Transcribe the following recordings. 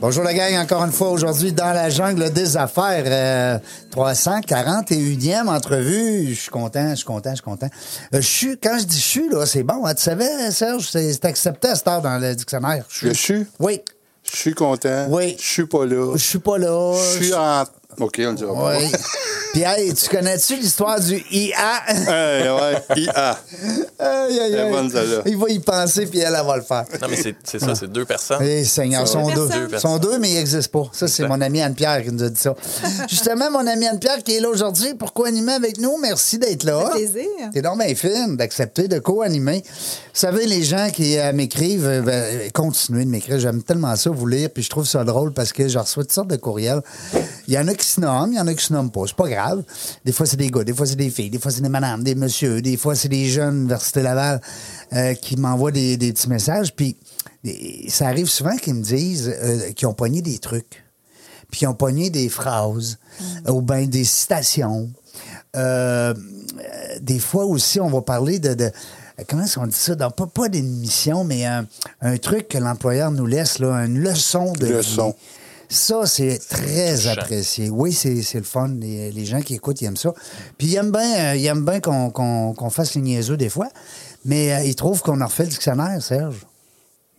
Bonjour la gang, encore une fois aujourd'hui dans la jungle des affaires. euh, 341e entrevue. Je suis content, je suis content, je suis content. Euh, je suis, quand je dis je suis, là, c'est bon. hein, tu savais, Serge, c'est c'est accepté à cette heure dans le dictionnaire. Je Je suis. suis, Oui, je suis content. Oui. Je suis pas là. je suis pas là. Je suis en. OK, on le dira pas. Oui. Puis, hey, tu connais-tu l'histoire du IA? Hey, ouais, ah. IA. Aïe, aïe, Elle est aïe. bonne, celle-là. Il va y penser, puis elle, elle va le faire. Non, mais c'est c'est ça, c'est deux personnes. Eh, Seigneur, sont Deux deux. personnes. Ils sont deux, mais ils n'existent pas. Ça, c'est Exact. mon ami Anne-Pierre qui nous a dit ça. Justement, mon ami Anne-Pierre qui est là aujourd'hui pour co-animer avec nous. Merci d'être là. fait plaisir. T'es donc bien fine d'accepter de co-animer. Vous savez, les gens qui euh, m'écrivent, euh, ben, euh, continuez de m'écrire. J'aime tellement ça vous lire, puis je trouve ça drôle parce que je reçois toutes sortes de courriels. Il y en a qui se nomment, il y en a qui se nomment pas. C'est pas grave. Des fois, c'est des gars, des fois, c'est des filles, des fois, c'est des madames, des messieurs, des fois, c'est des jeunes Université Laval euh, qui m'envoient des, des petits messages. Puis et ça arrive souvent qu'ils me disent euh, qu'ils ont pogné des trucs puis ils ont pogné des phrases ou bien des citations. Euh, euh, des fois aussi, on va parler de... de- comment est-ce qu'on dit ça? Dans, pas, pas d'une mission, mais un, un truc que l'employeur nous laisse, là, une leçon de Leçon. vie. Ça, c'est très Touchant. apprécié. Oui, c'est c'est le fun. Les, les gens qui écoutent, ils aiment ça. Puis ils aiment bien, euh, ils aiment bien qu'on qu'on- qu'on fasse les niaiseux des fois, mais euh, ils trouvent qu'on a refait le dictionnaire, Serge.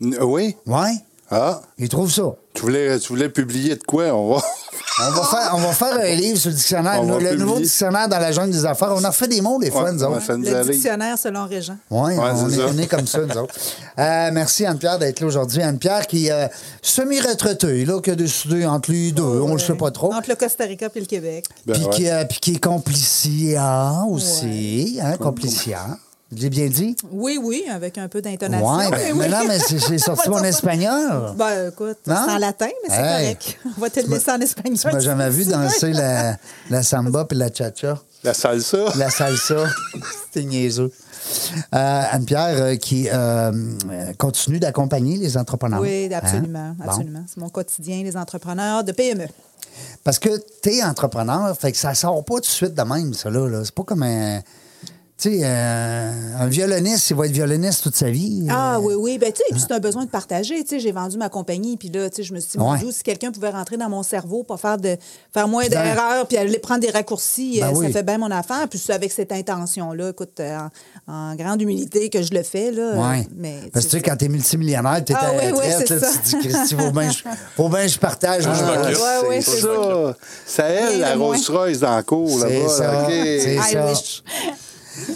N- Oui? Oui, Ah, ils trouvent ça. tu voulais, tu voulais publier de quoi? On va. On va, faire, on va faire un livre sur le dictionnaire, On le, va le nouveau publier. dictionnaire dans la jungle des affaires. On a refait des mots des fois, Ouais, nous autres. Ça nous Le arrive. dictionnaire selon Régent. Oui, on, c'est est, ça. on est comme ça, nous autres. Euh, merci, Anne-Pierre, d'être là aujourd'hui. Anne-Pierre qui est euh, semi-retraitée, là, qui a décidé entre les deux, on ne le sait pas trop. Entre le Costa Rica et le Québec. Ben puis, ouais. qui, euh, puis qui est complicien aussi, hein, complicien. Je l'ai bien dit? Oui, oui, avec un peu Ouais, d'intonation. mais oui. mais non, mais c'est- j'ai sorti mon espagnol. Ben, écoute, c'est Non? en latin, mais c'est Hey. correct. On va te le laisser en espagnol. Tu m'as jamais vu danser la, la samba puis la cha-cha. La salsa? la salsa. C'était niaiseux. Euh, Anne-Pierre euh, qui euh, continue d'accompagner les entrepreneurs. Oui, Hein? absolument, Bon. absolument. C'est mon quotidien, les entrepreneurs de PME. Parce que t'es entrepreneur, fait que ça sort pas tout de suite de même, ça là. là. C'est pas comme un. Tu sais, euh, un violoniste, il va être violoniste toute sa vie. Ah oui, oui. Ben, tu sais, puis hein? c'est un besoin de partager. Tu sais, j'ai vendu ma compagnie, puis là, tu sais, je me suis dit, mon Ouais. Dieu, si quelqu'un pouvait rentrer dans mon cerveau, pas faire de faire moins Putain. d'erreurs, puis aller prendre des raccourcis, Ben euh, oui. ça fait bien mon affaire. Puis c'est avec cette intention-là, écoute, euh, en, en grande humilité que je le fais, là. euh, Ouais. Mais, tu Parce que sais, tu sais, quand t'es multimillionnaire, t'es Ah à la oui, oui, retraite, c'est là, ça. tu te dis, Christy, faut bien que je- faut bien que je partage. je Ah, m'occupe. ouais, ouais, c'est c'est ça. C'est Rien elle, de la moins. Rolls Royce dans la cour, C'est là-bas. ça. OK. C'est I ça. wish.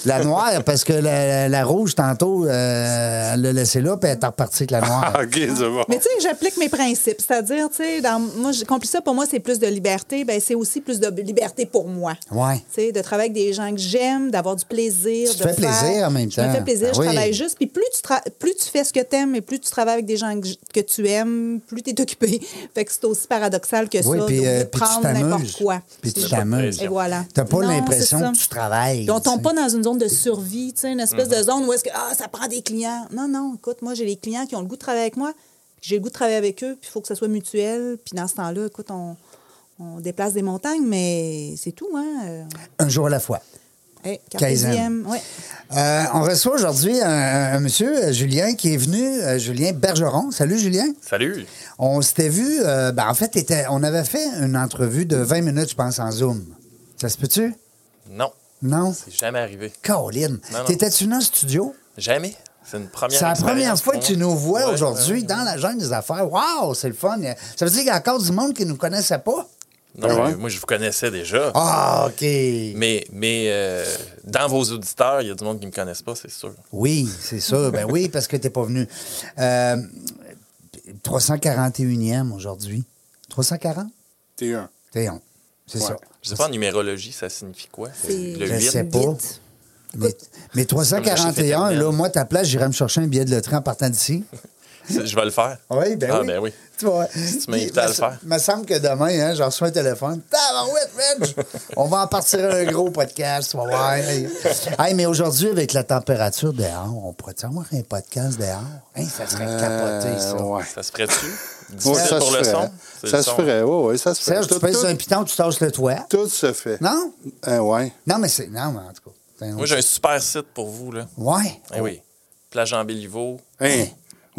La noire, parce que la, la- la rouge, tantôt, euh, elle l'a laissée là, puis elle est repartie avec la noire. Ah, OK, c'est bon. Mais tu sais, j'applique mes principes. C'est-à-dire, tu sais, dans, moi, je- compris ça, pour moi, c'est plus de liberté. Ben, c'est aussi plus de liberté pour moi. Ouais. Tu sais, de travailler avec des gens que j'aime, d'avoir du plaisir. Tu te de fais faire- plaisir en même Je temps. me fais plaisir, Ah je oui. travaille juste. Puis plus tu, tra- plus tu fais ce que t'aimes et plus tu travailles avec des gens que, j- que tu aimes, plus tu es occupé. fait que c'est aussi paradoxal que Oui, ça. puis, de euh, puis vouloir tu prendre n'importe t'amuses. quoi. Puis tu C'est- t'amuses. Et voilà. T'as pas Non, c'est l'impression ça. que tu travailles. Puis on tombe tu pas dans une zone de survie, tu sais, une espèce de zone où est-ce que ah, ça prend des clients. Non, non, écoute, moi, j'ai les clients qui ont le goût de travailler avec moi, puis j'ai le goût de travailler avec eux, puis il faut que ça soit mutuel. Puis dans ce temps-là, écoute, on, on déplace des montagnes, mais c'est tout, hein. euh, sais. Un jour à la fois. hey, Kaizen. cartésienne, ouais. Euh, on reçoit aujourd'hui un, un monsieur, euh, Julien, qui est venu, euh, Julien Bergeron. Salut, Julien. Salut. On s'était vu, euh, ben, en fait, était- on avait fait une entrevue de 20 minutes, je pense, en Zoom. Ça se peut-tu? Non, Non? c'est jamais arrivé. Caroline, Non, non. t'étais-tu dans le studio? Jamais. C'est une première C'est la première expérience fois pour que tu moi. nous vois Ouais, aujourd'hui ouais, ouais. dans la jungle des affaires. Wow, c'est le fun. Ça veut dire qu'il y a encore du monde qui ne nous connaissait pas? Non, Ah ouais? mais moi, je vous connaissais déjà. Ah, OK. Mais, mais euh, dans vos auditeurs, il y a du monde qui ne me connaissent pas, c'est sûr. Oui, c'est ça. Ben oui, parce que t'es pas venu. Euh, 341e aujourd'hui. 340? T1. T1. C'est Ouais. ça. Je sais pas, en numérologie, ça signifie quoi? C'est- Le Je 8? sais pas. Vite. Mais, mais C'est comme le chiffre 341, là, éternel. moi, à ta place, j'irais me chercher un billet de le train en partant d'ici. Je vais le faire. Oui, ben Ah, oui. ben oui. Tu vois. tu m'invites à le me- faire. me semble que demain, hein, j'en reçois un téléphone. Tabarouette, Reg! On va en partir un gros podcast, tu vas voir. Hey. Hey, mais aujourd'hui, avec la température dehors, on pourrait avoir un podcast dehors? Hein, ça serait capoté, ça. Euh, ouais. Ça se ferait-tu? Ouais, Difficile ça pour se le ferait. son? C'est Ça le se son. ferait, oui, oui, ça se ferait. Serge, tu Tout- pèses tout- un piton, tu tasses le toit. Tout se fait. Non? Hein, ouais. Non, mais c'est. Non, mais en tout cas. c'est un Moi, autre- j'ai un super site pour vous, là. Ouais. Eh oui. Plage en Béliveau. Hein.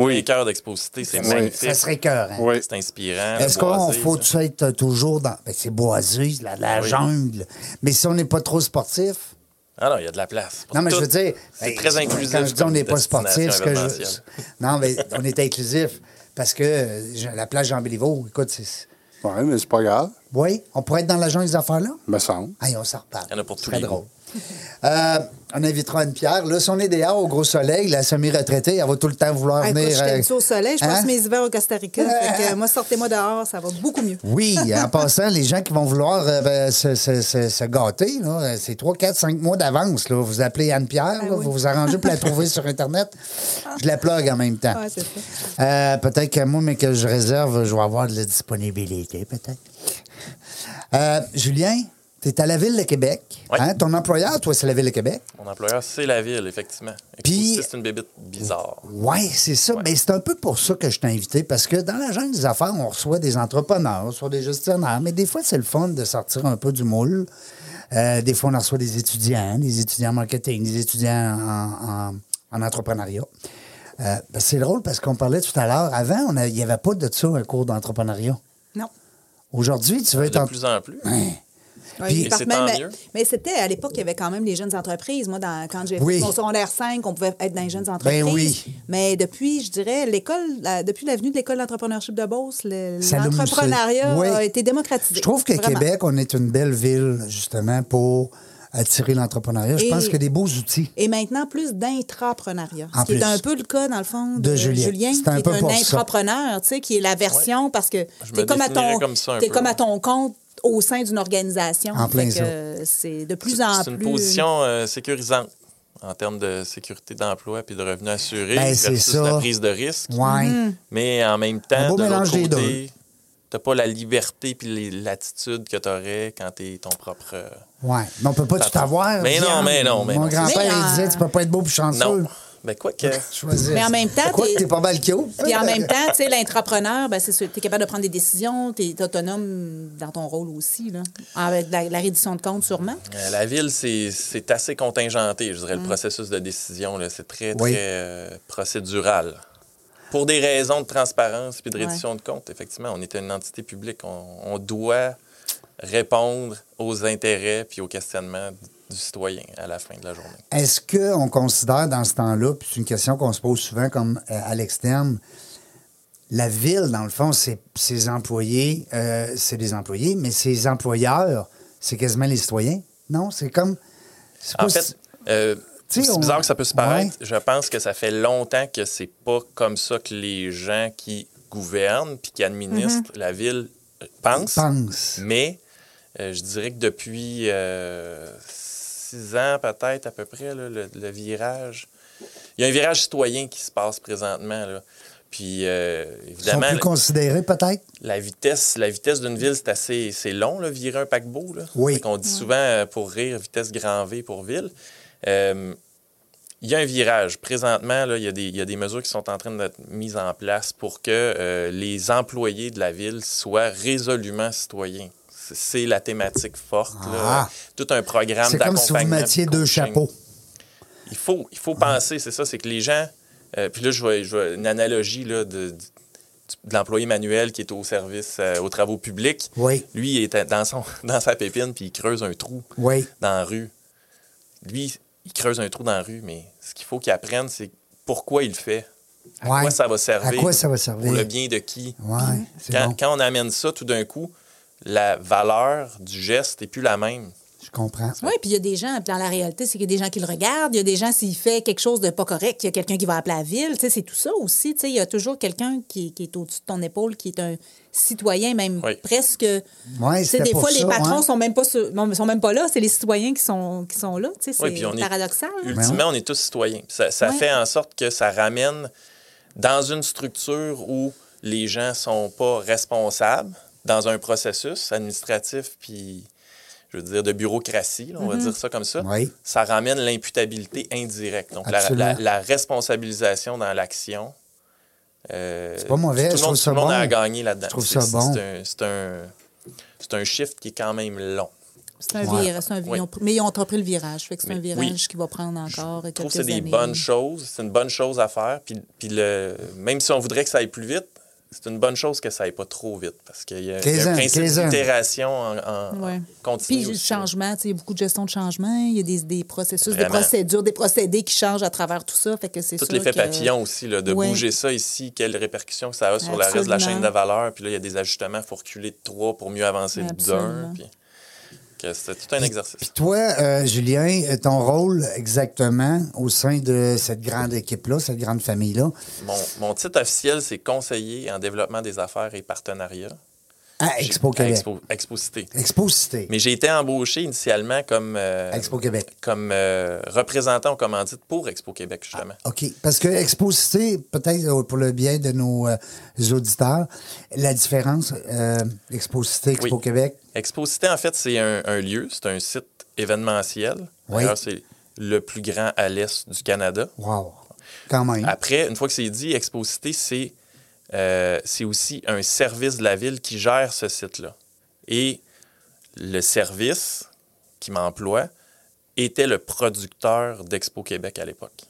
Les Oui. cœurs d'exposité, c'est Ouais. magnifique. Ça serait cœur, hein? Oui. C'est inspirant. Est-ce qu'on boisé, faut ça. être toujours dans. Ben, c'est boisé, c'est la, la Oui. jungle. Mais si on n'est pas trop sportif. Ah non, il y a de la place. pour Non, mais tout. je veux dire. C'est hey, très inclusif. Quand je dis on comme n'est pas sportif, ce que je. destination événementielle. Non, mais on est inclusif. Parce que euh, je- la plage jean béliveau écoute, c'est. Ouais, mais c'est pas grave. Oui, on pourrait être dans la jungle des affaires-là. Me semble. Hey, on s'en reparle. Il y en a pour tous Très les drôle. Euh, on invitera une pierre. Là, si on est dehors au gros soleil, la semi-retraitée, elle va tout le temps vouloir Hey, écoute, venir. je t'aime euh, ça au soleil. Je passe hein? mes hivers au Costa Rica. Fait que, euh, moi, sortez-moi dehors, ça va beaucoup mieux. Oui, en passant, les gens qui vont vouloir euh, ben, se, se- se- se gâter, là, euh, c'est 3, 4, 5 mois d'avance. là. Vous appelez Anne-Pierre, là, Ben oui. vous vous arrangez pour la trouver sur Internet. Je la plug en même temps. Ouais, c'est ça. Euh, peut-être que moi, mais que je réserve, je vais avoir de la disponibilité, peut-être. Euh, Julien, tu es à la Ville de Québec. Oui. hein? Ton employeur, toi, c'est la Ville de Québec. Mon employeur, c'est la ville, effectivement. Et Puis- aussi, C'est une bébite bizarre. Oui, c'est ça. Mais c'est un peu pour ça que je t'ai invité, parce que dans la jungle des affaires, on reçoit des entrepreneurs, on reçoit des gestionnaires, mais des fois, c'est le fun de sortir un peu du moule. Euh, des fois, on en reçoit des étudiants, des étudiants en marketing, des étudiants en, en- en entrepreneuriat. Euh, ben, c'est drôle parce qu'on parlait tout à l'heure. Avant, on a- il n'y avait pas de ça, un cours d'entrepreneuriat. Non. Aujourd'hui, tu veux être De en... plus en plus. Hein. Ouais, Puis- ils partent Et c'est tant mais- mieux. mais c'était à l'époque, il y avait quand même les jeunes entreprises. Moi, dans- quand j'ai Oui. Ben fait mon secondaire 5, on pouvait être dans les jeunes entreprises. oui. Mais depuis, je dirais, l'école, la- depuis l'avenue de l'école d'entrepreneurship de Beauce, le- Ça l'ouvre, l'entrepreneuriat c'est- oui. a été démocratisé. Je trouve que Vraiment. Québec, on est une belle ville, justement, pour attirer l'entrepreneuriat. Je Et- pense qu'il y a des beaux outils. Et maintenant, plus d'intrapreneuriat. En Ce qui plus. est un peu le cas, dans le fond, De de, Julien. Julien, C'est un qui peu est pour un ça. intrapreneur, tu sais, qui est la version parce que Je t'es me comme, à ton- définirais comme ça un t'es peu, comme à ouais. ton compte au sein d'une organisation. En plein Fait ça. que, euh, C'est de plus C'est en plus... c'est une position euh, sécurisante en termes de sécurité d'emploi puis de revenus assurés Ben, c'est versus ça. la prise de risque. Ouais. Mhm. Mais en même Un temps, beau de l'autre mélange des côté, t'as pas la liberté puis les- l'attitude que t'aurais quand t'es ton propre... euh, Ouais, mais on peut pas Ça tout prend- avoir. Mais non, Diane. mais non, mais Mon non. grand-père, Mais, il euh, disait, tu peux pas être beau pour chanceux. Non. Ben, quoi que... Choisir. Mais en même temps, Quoi t'es- que t'es pas mal cute. Puis en même temps, tu sais, l'intrapreneur, ben, c'est sûr, t'es capable de prendre des décisions, t'es autonome dans ton rôle aussi, là. Avec la, la reddition de compte, sûrement. Euh, La ville, c'est- c'est assez contingenté, je dirais, le processus de décision. là. C'est très, très Mm. Oui. euh, procédural. Pour des raisons de transparence puis de Ouais. reddition de comptes, effectivement, on est une entité publique. On, on doit répondre aux intérêts puis aux questionnements du citoyen à la fin de la journée. Est-ce qu'on considère dans ce temps-là, puis c'est une question qu'on se pose souvent comme euh, à l'externe, la ville, dans le fond, c'est- ses employés, euh, c'est des employés, mais ses employeurs, c'est quasiment les citoyens. Non, c'est comme. c'est En pas fait, si- euh, Tu sais, c'est on- bizarre que ça peut se paraître. Ouais. Je pense que ça fait longtemps que c'est pas comme ça que les gens qui gouvernent puis qui administrent Mm-hmm. la ville euh, pensent. pense. Mais euh, je dirais que depuis euh, six ans, peut-être à peu près, là, le, le virage. Il y a un virage citoyen qui se passe présentement. là. Puis, euh, Ils sont évidemment, plus la- considérés, peut-être. la vitesse, la vitesse d'une ville, c'est assez c'est long, là, virer un paquebot. Là. Oui. Fait qu'on dit souvent, euh, pour rire, vitesse grand V pour ville. Euh, il y a un virage. Présentement, là, il, y a des, il y a des mesures qui sont en train d'être mises en place pour que euh, les employés de la ville soient résolument citoyens. C'est- C'est la thématique forte. là. Ah. Tout un programme C'est comme d'accompagnement. si vous mettiez puis deux coaching. chapeaux. Il faut, il faut penser, c'est ça, c'est que les gens. euh, puis là, je vois, je vois une analogie là, de, de, de l'employé manuel qui est au service, euh, aux travaux publics. Oui. Lui, il est à- dans, son, dans sa pépine, puis il creuse un trou Oui. dans la rue. Lui, il creuse un trou dans la rue, mais ce qu'il faut qu'il apprenne, c'est pourquoi il le fait. À Ouais. quoi ça va À servir. quoi ça va servir? Pour le bien de qui. Ouais, c'est Quand, bon. quand on amène ça, tout d'un coup, la valeur du geste n'est plus la même. Je comprends. Oui, puis il y a des gens, dans la réalité, c'est qu'il y a des gens qui le regardent, il y a des gens, s'il fait quelque chose de pas correct, il y a quelqu'un qui va appeler la ville, tu sais, c'est tout ça aussi, tu sais, il y a toujours quelqu'un qui, qui est au-dessus de ton épaule, qui est un citoyen, même Oui. presque... Ouais, Tu sais, c'était des pour fois, ça, hein. les patrons ouais. sont même pas sur- bon, sont même pas là, c'est les citoyens qui sont, qui sont là, tu sais, Oui, c'est puis on est- paradoxal. hein. Ultimement, on est tous citoyens. Puis Ça, ça Ouais. fait en sorte que ça ramène dans une structure où les gens sont pas responsables dans un processus administratif, puis je veux dire de bureaucratie, là, on va dire ça comme ça. Oui. Ça ramène l'imputabilité indirecte. Donc la, Absolument. la- la responsabilisation dans l'action. euh, pas mauvais, tout le je monde- trouve ça tout le monde a bon. à gagner là-dedans. Je trouve C'est- ça c'est bon. un- C'est un, c'est un shift qui est quand même long. C'est un Ouais. virage, c'est un- Oui. ils ont pr- mais ils ont entrepris le virage, fait que c'est un Mais virage oui. qui va prendre encore Je trouve quelques que c'est des années. bonnes choses. C'est une bonne chose à faire. Puis, puis le, même si on voudrait que ça aille plus vite, c'est une bonne chose que ça aille pas trop vite. Parce qu'il y a, il y a Quinzaine, un principe quinzaine. d'itération en, en Ouais. continu. Puis le aussi. changement, tu sais, il y a beaucoup de gestion de changement, il y a des, des processus, Vraiment. des procédures, des procédés qui changent à travers tout ça. Fait que c'est Tout sûr l'effet que- papillon aussi, là, de Ouais. bouger ça ici, quelles répercussions que ça a sur le reste de la Absolument. chaîne de valeur. Puis là, il y a des ajustements. Il faut reculer de trois pour mieux avancer de Absolument. d'un. Puis que c'est tout un Puis exercice. toi, euh, Julien, euh, ton rôle exactement au sein de cette grande équipe-là, cette grande famille-là, Mon, mon titre officiel, c'est conseiller en développement des affaires et partenariats. à Expo À Québec. Expo, Expo- Exposité. Cité. Mais j'ai été embauché initialement comme, euh, Expo Québec. comme euh, représentant ou commandite pour Expo Québec, Ah. justement. OK. Parce que Expo Cité, peut-être euh, pour le bien de nos euh, auditeurs, la différence, euh, Expo Cité, Expo Oui. Québec, Expo Cité, en fait, c'est un, un lieu, c'est un site événementiel. Oui. D'ailleurs, c'est le plus grand à l'est du Canada. wow, quand même. Après, une fois que c'est dit, Expo Cité, c'est euh, c'est aussi un service de la ville qui gère ce site-là. Et le service qui m'emploie était le producteur d'Expo Québec à l'époque.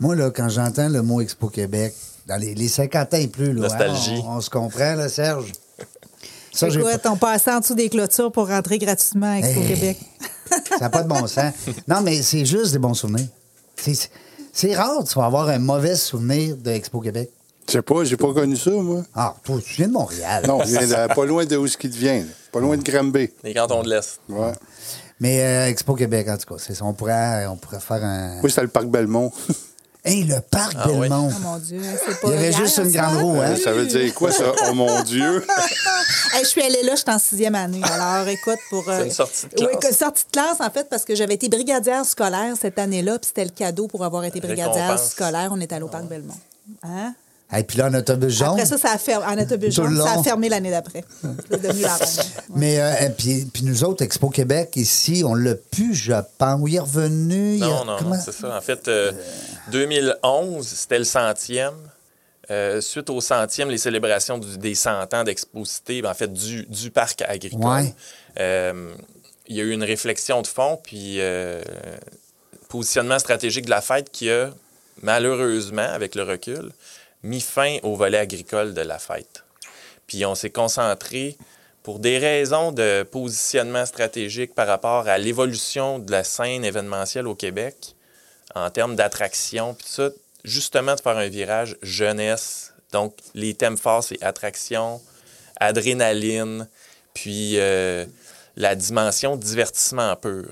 Moi, là, quand j'entends le mot Expo Québec, dans les, les 50 ans et plus, là, Nostalgie. hein, on, on se comprend, là, Serge? Ça, C'est j'ai quoi, pas- ton passé en dessous des clôtures pour rentrer gratuitement à Expo Hey. Québec? ça n'a pas de bon sens. Non, mais c'est juste des bons souvenirs. C'est- C'est rare, tu vas avoir un mauvais souvenir de Expo Québec. Je sais pas, j'ai pas connu ça, moi. Ah, toi, tu viens de Montréal. Non, je viens de- euh, pas loin de où ce qui devient. Pas loin de Granby. Les cantons de l'Est. Ouais. Mais euh, Expo Québec, en tout cas, c'est ça. On pourrait, on pourrait faire un. Moi, c'était le parc Belmont. Hey, le parc Ah oui. Belmont. Oh mon Dieu, c'est pas Il y avait hier, juste une ça. grande roue, Ah. hein? Ça veut dire quoi, ça? Oh mon Dieu! Hey, je suis allée là, je suis en sixième année. Alors, écoute, pour. euh, C'est une sortie de classe. Oui, que- sortie de classe, en fait, parce que j'avais été brigadière scolaire cette année-là, puis c'était le cadeau pour avoir été brigadière Récompense. scolaire. On est allé au Parc Belmont. Hein? Et puis là, en autobus jaune. Après ça, ça a fermé. En autobus Ah Tout le jaune, ça a long. fermé l'année d'après. C'est devenu la ronde. Ouais. Mais euh, et puis, puis nous autres, Expo Québec, ici, on l'a pu, je pense. Oui, il est revenu. il y a- Non, non, comment- non, c'est ça. En fait, euh, 2011, c'était le centième. Euh, suite au centième, les célébrations du- des 100 ans d'Exposité, ben, en fait, du, du parc agricole. Ouais. Euh, il y a eu une réflexion de fond, puis euh, positionnement stratégique de la fête qui a, malheureusement, avec le recul, mis fin au volet agricole de la fête. Puis on s'est concentré pour des raisons de positionnement stratégique par rapport à l'évolution de la scène événementielle au Québec en termes d'attraction, puis tout ça, justement de faire un virage jeunesse. Donc, les thèmes forts, c'est attraction, adrénaline, puis euh, la dimension divertissement pur,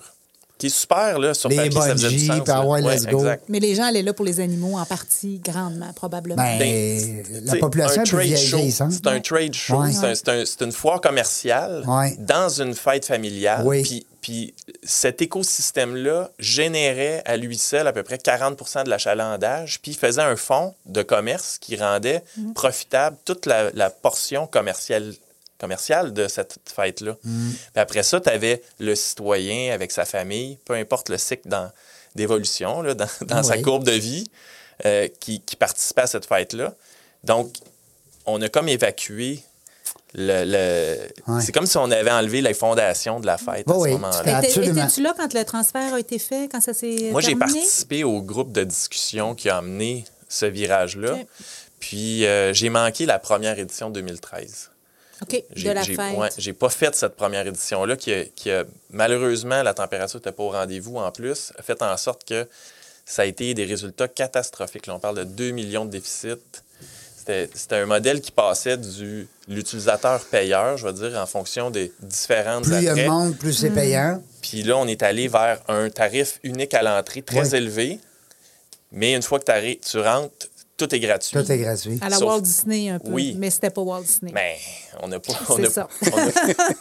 qui est super, là, sur Les papier, ça faisait du bungees, sens. puis là. ah ouais, let's go. exact. Mais les gens allaient là pour les animaux en partie, grandement, probablement. Ben, Ben, la T'sais, population un est plus trade vieille- show, vieillissante. hein? C'est un trade show, Ouais. c'est un- c'est un- c'est une foire commerciale Ouais. dans une fête familiale. Oui. Puis, puis cet écosystème-là générait à lui seul à peu près 40 de l'achalandage, puis faisait un fonds de commerce qui rendait Mm. profitable toute la, la portion commerciale commerciale de cette fête-là. Mm. Puis après ça, tu avais le citoyen avec sa famille, peu importe le cycle dans- d'évolution, là, dans, dans sa Oui. courbe de vie, euh, qui, qui participait à cette fête-là. Donc, on a comme évacué le. le- Ouais. C'est comme si on avait enlevé les fondations de la fête Oui, à ce oui, tout à moment-là. fait. Étais- absolument. Étais-tu là quand le transfert a été fait, quand ça s'est Moi, j'ai terminé? participé au groupe de discussion qui a amené ce virage-là. Ok. Puis, euh, j'ai manqué la première édition 2013. OK, de J'ai- la j'ai- fête. ouais, j'ai pas fait cette première édition-là qui, a- qui a- malheureusement, la température n'était pas au rendez-vous en plus, a fait en sorte que ça a été des résultats catastrophiques. Là, on parle de 2 millions de déficits. C'était c'était un modèle qui passait du l'utilisateur-payeur, je veux dire, en fonction des différentes Plus il y a de attraits. monde, plus c'est payant. Puis là, on est allé vers un tarif unique à l'entrée, très Oui. élevé. Mais une fois que t'arri- tu rentres, tout est gratuit. Tout est gratuit. À la Sauf- Walt Disney un peu, Oui, Ben, mais c'était pas Walt Disney. Mais on n'a pas, on C'est n'a- ça. Hmm. on n'a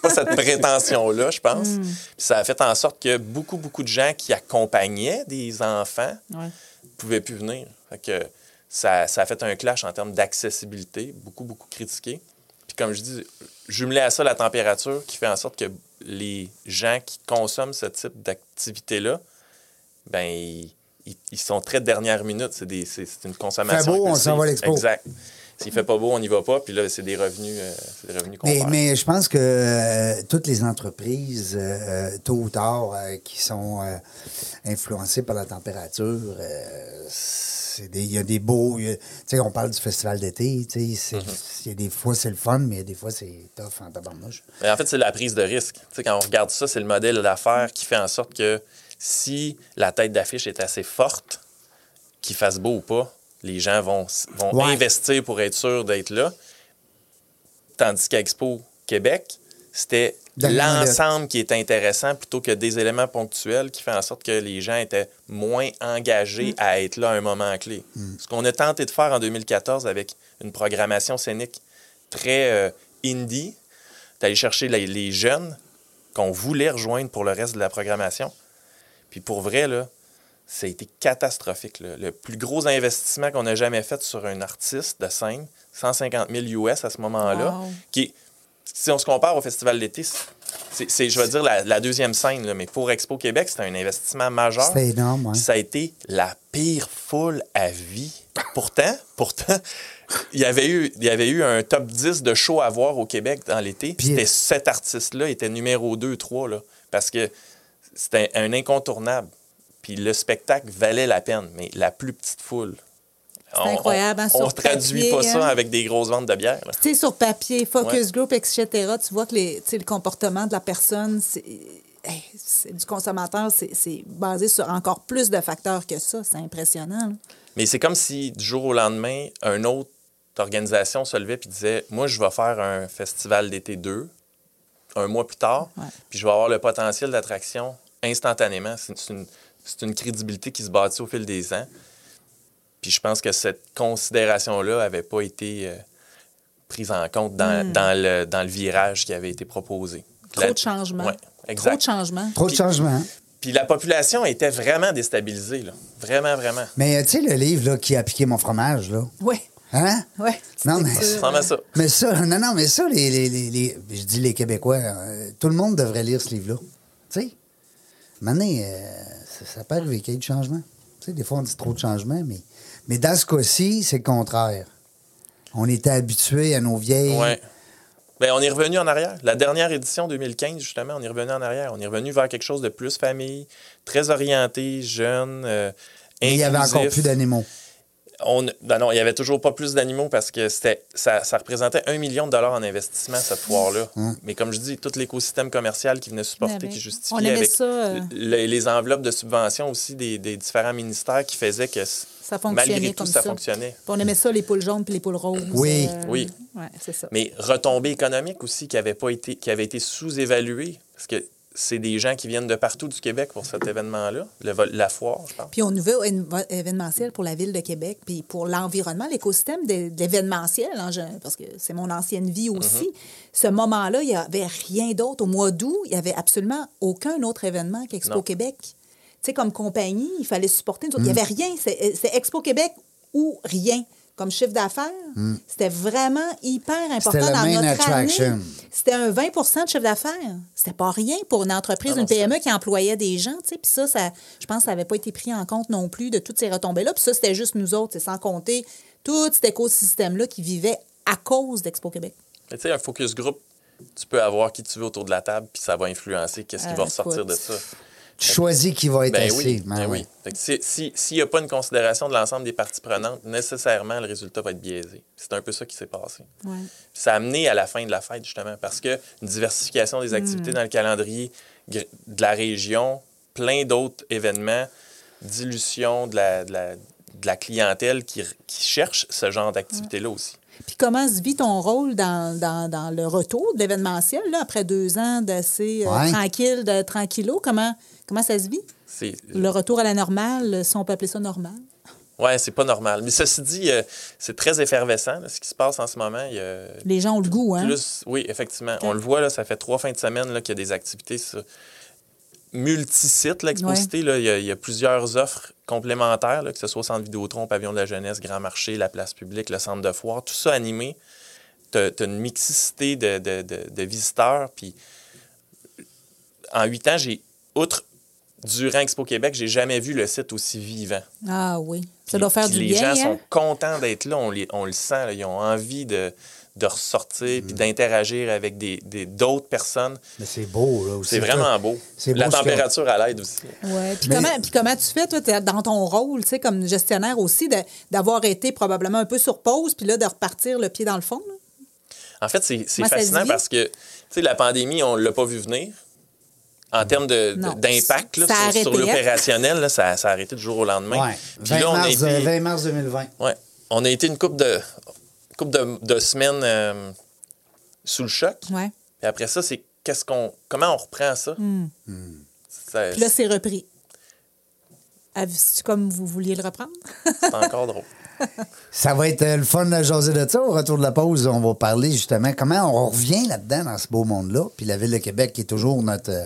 pas cette prétention-là, je pense. Puis ça a fait en sorte que beaucoup, beaucoup de gens qui accompagnaient des enfants Ouais. ne pouvaient plus venir. Fait que ça, ça a fait un clash en termes d'accessibilité, beaucoup, beaucoup critiqué. Puis comme je dis, jumelé à ça la température qui fait en sorte que les gens qui consomment ce type d'activité-là, ben ils, ils- ils sont très dernière minute. C'est des- c'est- c'est une consommation. Fait beau, on s'en impulsive. va à l'expo. Exact. S'il fait pas beau, on n'y va pas. Puis là, c'est des revenus, euh, c'est des revenus qu'on Mais, perd. mais je pense que euh, toutes les entreprises, euh, euh, tôt ou tard, euh, qui sont euh, influencées par la température, euh, c'est des- il y a des beaux. il y a- Tu sais, on parle du festival d'été, tu sais, c'est- il y a des fois c'est le fun, mais des fois c'est tough en tabarnouche. Mais en fait, c'est la prise de risque. Tu sais, quand on regarde ça, c'est le modèle d'affaires qui fait en sorte que si la tête d'affiche est assez forte, qu'il fasse beau ou pas, les gens vont, s- vont Ouais. investir pour être sûr d'être là. Tandis qu'à Expo Québec, c'était Dernière minute. l'ensemble qui est intéressant plutôt que des éléments ponctuels qui fait en sorte que les gens étaient moins engagés à être là à un moment clé. Ce qu'on a tenté de faire en 2014 avec une programmation scénique très euh, indie, d'aller chercher les, les jeunes qu'on voulait rejoindre pour le reste de la programmation. Puis pour vrai, là, ça a été catastrophique. là. Le plus gros investissement qu'on a jamais fait sur un artiste de scène, 150 000 US à ce moment-là, Wow. qui est- si on se compare au Festival d'été, c'est- c'est, c'est, je vais dire, la, la deuxième scène, là, mais pour Expo Québec, c'était un investissement majeur. C'était énorme, ouais. Ça a été la pire foule à vie. Pourtant, pourtant, il y avait eu, il y avait eu un top 10 de shows à voir au Québec dans l'été. Puis- C'était cet artiste-là, était numéro 2, 3, là, parce que c'était un, un incontournable. Puis le spectacle valait la peine, mais la plus petite foule. On- incroyable, hein, On sur ne traduit papier, pas hein. ça avec des grosses ventes de bière. là. Tu sais, sur papier, focus Ouais. group, etc., tu vois que les, tu sais, le comportement de la personne c'est, hey, c'est- du consommateur, c'est, c'est basé sur encore plus de facteurs que ça. C'est impressionnant. là. Mais c'est comme si du jour au lendemain, une autre organisation se levait et disait Moi, je vais faire un festival d'été 2 un mois plus tard, Ouais. puis je vais avoir le potentiel d'attraction instantanément. C'est c'est une, c'est une crédibilité qui se bâtit au fil des ans. Puis je pense que cette considération-là n'avait pas été euh, prise en compte dans, dans le, dans le virage qui avait été proposé. Hmm. Trop La- de changements. Ouais, Trop exact. de changements. Trop de Puis- changements. hein? Puis la population était vraiment déstabilisée, là. vraiment, vraiment. Mais euh, tu sais, le livre là, qui a piqué mon fromage, là. Oui, Hein? oui. Non, mais- Ça ressemble à ça. Mais ça, non, non, mais ça, les, les- les- les- je dis les Québécois, euh, tout le monde devrait lire ce livre-là. Tu sais, maintenant, ça, ça peut arriver qu'il y ait du changement. Tu sais, des fois, on dit trop de changement, mais, mais dans ce cas-ci, c'est le contraire. On était habitués à nos vieilles. Ouais. Ben, on est revenu en arrière. La dernière édition 2015, justement, on est revenu en arrière. On est revenu vers quelque chose de plus famille, très orienté, jeune, euh, mais il y avait encore inclusif. plus d'animaux. On- ben non, il n'y avait toujours pas plus d'animaux parce que c'était, ça, ça représentait un million de dollars en investissement, cette foire-là. Hein? Mais comme je dis, tout l'écosystème commercial qui venait supporter, avait- qui Ben, on justifiait aimait avec ça, euh. le- les enveloppes de subvention aussi des, des différents ministères qui faisaient que c- Ça fonctionnait malgré tout, comme ça ça. fonctionnait. Puis on aimait ça, les poules jaunes puis les poules roses. Euh, Oui. Oui. Ouais, c'est ça. Mais retombées économiques aussi qui avaient, pas été, qui avaient été sous-évaluées, parce que c'est des gens qui viennent de partout du Québec pour cet événement-là, le vol- la foire, je parle. Puis on nouveau éve- événementiel pour la ville de Québec, puis pour l'environnement, l'écosystème de, de l'événementiel, hein, je- parce que c'est mon ancienne vie aussi. Ce moment-là, il n'y avait rien d'autre. Au mois d'août, il n'y avait absolument aucun autre événement qu'Expo Non. Québec. Tu sais, comme compagnie, il fallait supporter. nous autres. Il n'y avait rien. C'est euh, c'est Expo Québec ou rien. Comme chiffre d'affaires, c'était vraiment hyper important C'était le dans main notre attraction. année. C'était un 20 de chiffre d'affaires. C'était pas rien pour une entreprise, Ah non, une PME qui employait des gens, tu sais. Puis ça, ça, je pense que ça n'avait pas été pris en compte non plus de toutes ces retombées-là. Puis ça, c'était juste nous autres, c'est sans compter tout cet écosystème-là qui vivait à cause d'Expo Québec. Mais tu sais, un focus group, tu peux avoir qui tu veux autour de la table, puis ça va influencer qu'est-ce qui Ah, va ressortir écoute. de ça. Tu choisis qui va être Ben assis. oui, Ben ben oui. oui. Fait que si- si- S'il n'y a pas une considération de l'ensemble des parties prenantes, nécessairement, le résultat va être biaisé. C'est un peu ça qui s'est passé. Ouais. Puis ça a amené à la fin de la fête, justement, parce que une diversification des activités dans le calendrier gr- de la région, plein d'autres événements, dilution de la, de la- de la clientèle qui, qui cherche ce genre d'activité-là aussi. Puis comment se vit ton rôle dans, dans- dans le retour de l'événementiel, là, après deux ans d'assez euh, Ouais. tranquille, de tranquillo? Comment, comment ça se vit? C'est- Le retour à la normale, si on peut appeler ça normal? Ouais, c'est pas normal. Mais ceci dit, euh, c'est très effervescent là, ce qui se passe en ce moment. Il y a Les gens ont le goût, hein? plus- oui, effectivement. On le voit, là, ça fait trois fins de semaine là, qu'il y a des activités sur multisites, l'exposité. là. Il, y a- il y a plusieurs offres complémentaires, là, que ce soit au Centre Vidéotron, Pavillon de la Jeunesse, Grand Marché, la Place Publique, le Centre de Foire, tout ça animé. Tu as, une mixicité de, de- de- de visiteurs. Puis en huit ans, j'ai, outre durant Expo Québec, j'ai jamais vu le site aussi vivant. Ah oui. Ça Puis- doit faire puis du les bien, gens hein? sont contents d'être là, on, les- on le sent, là. ils ont envie de, de ressortir puis d'interagir avec des- des- d'autres personnes. Mais Mm. c'est beau, là aussi. C'est vraiment beau. c'est La beau ce que- température à l'aide aussi. Ouais. Puis, Mais- comment, puis comment tu fais, toi, t'es dans ton rôle, tu sais, comme gestionnaire aussi, de- d'avoir été probablement un peu sur pause, puis là, de repartir le pied dans le fond? là? En fait, c'est c'est Moi, ça se fascinant vit. parce que tu sais, la pandémie, on ne l'a pas vu venir. En termes de- Non. de- d'impact là, Ça sur, a sur arrêté, hein? l'opérationnel, là, ça, ça a arrêté du jour au lendemain. Ouais. Puis 20, là, on a mars, euh, été- 20 mars 2020. Ouais. On a été une couple de, couple de, de semaines euh, sous le choc. Ouais. Puis après ça, c'est qu'est-ce qu'on, comment on reprend ça? Hmm. Ça- Hmm. Puis là, c'est repris. Ah, C'est-tu comme vous vouliez le reprendre? c'est encore drôle. Ça va être euh, le fun de jaser de ça. Au retour de la pause, on va parler justement comment on revient là-dedans dans ce beau monde-là. Puis la Ville de Québec qui est toujours notre, euh,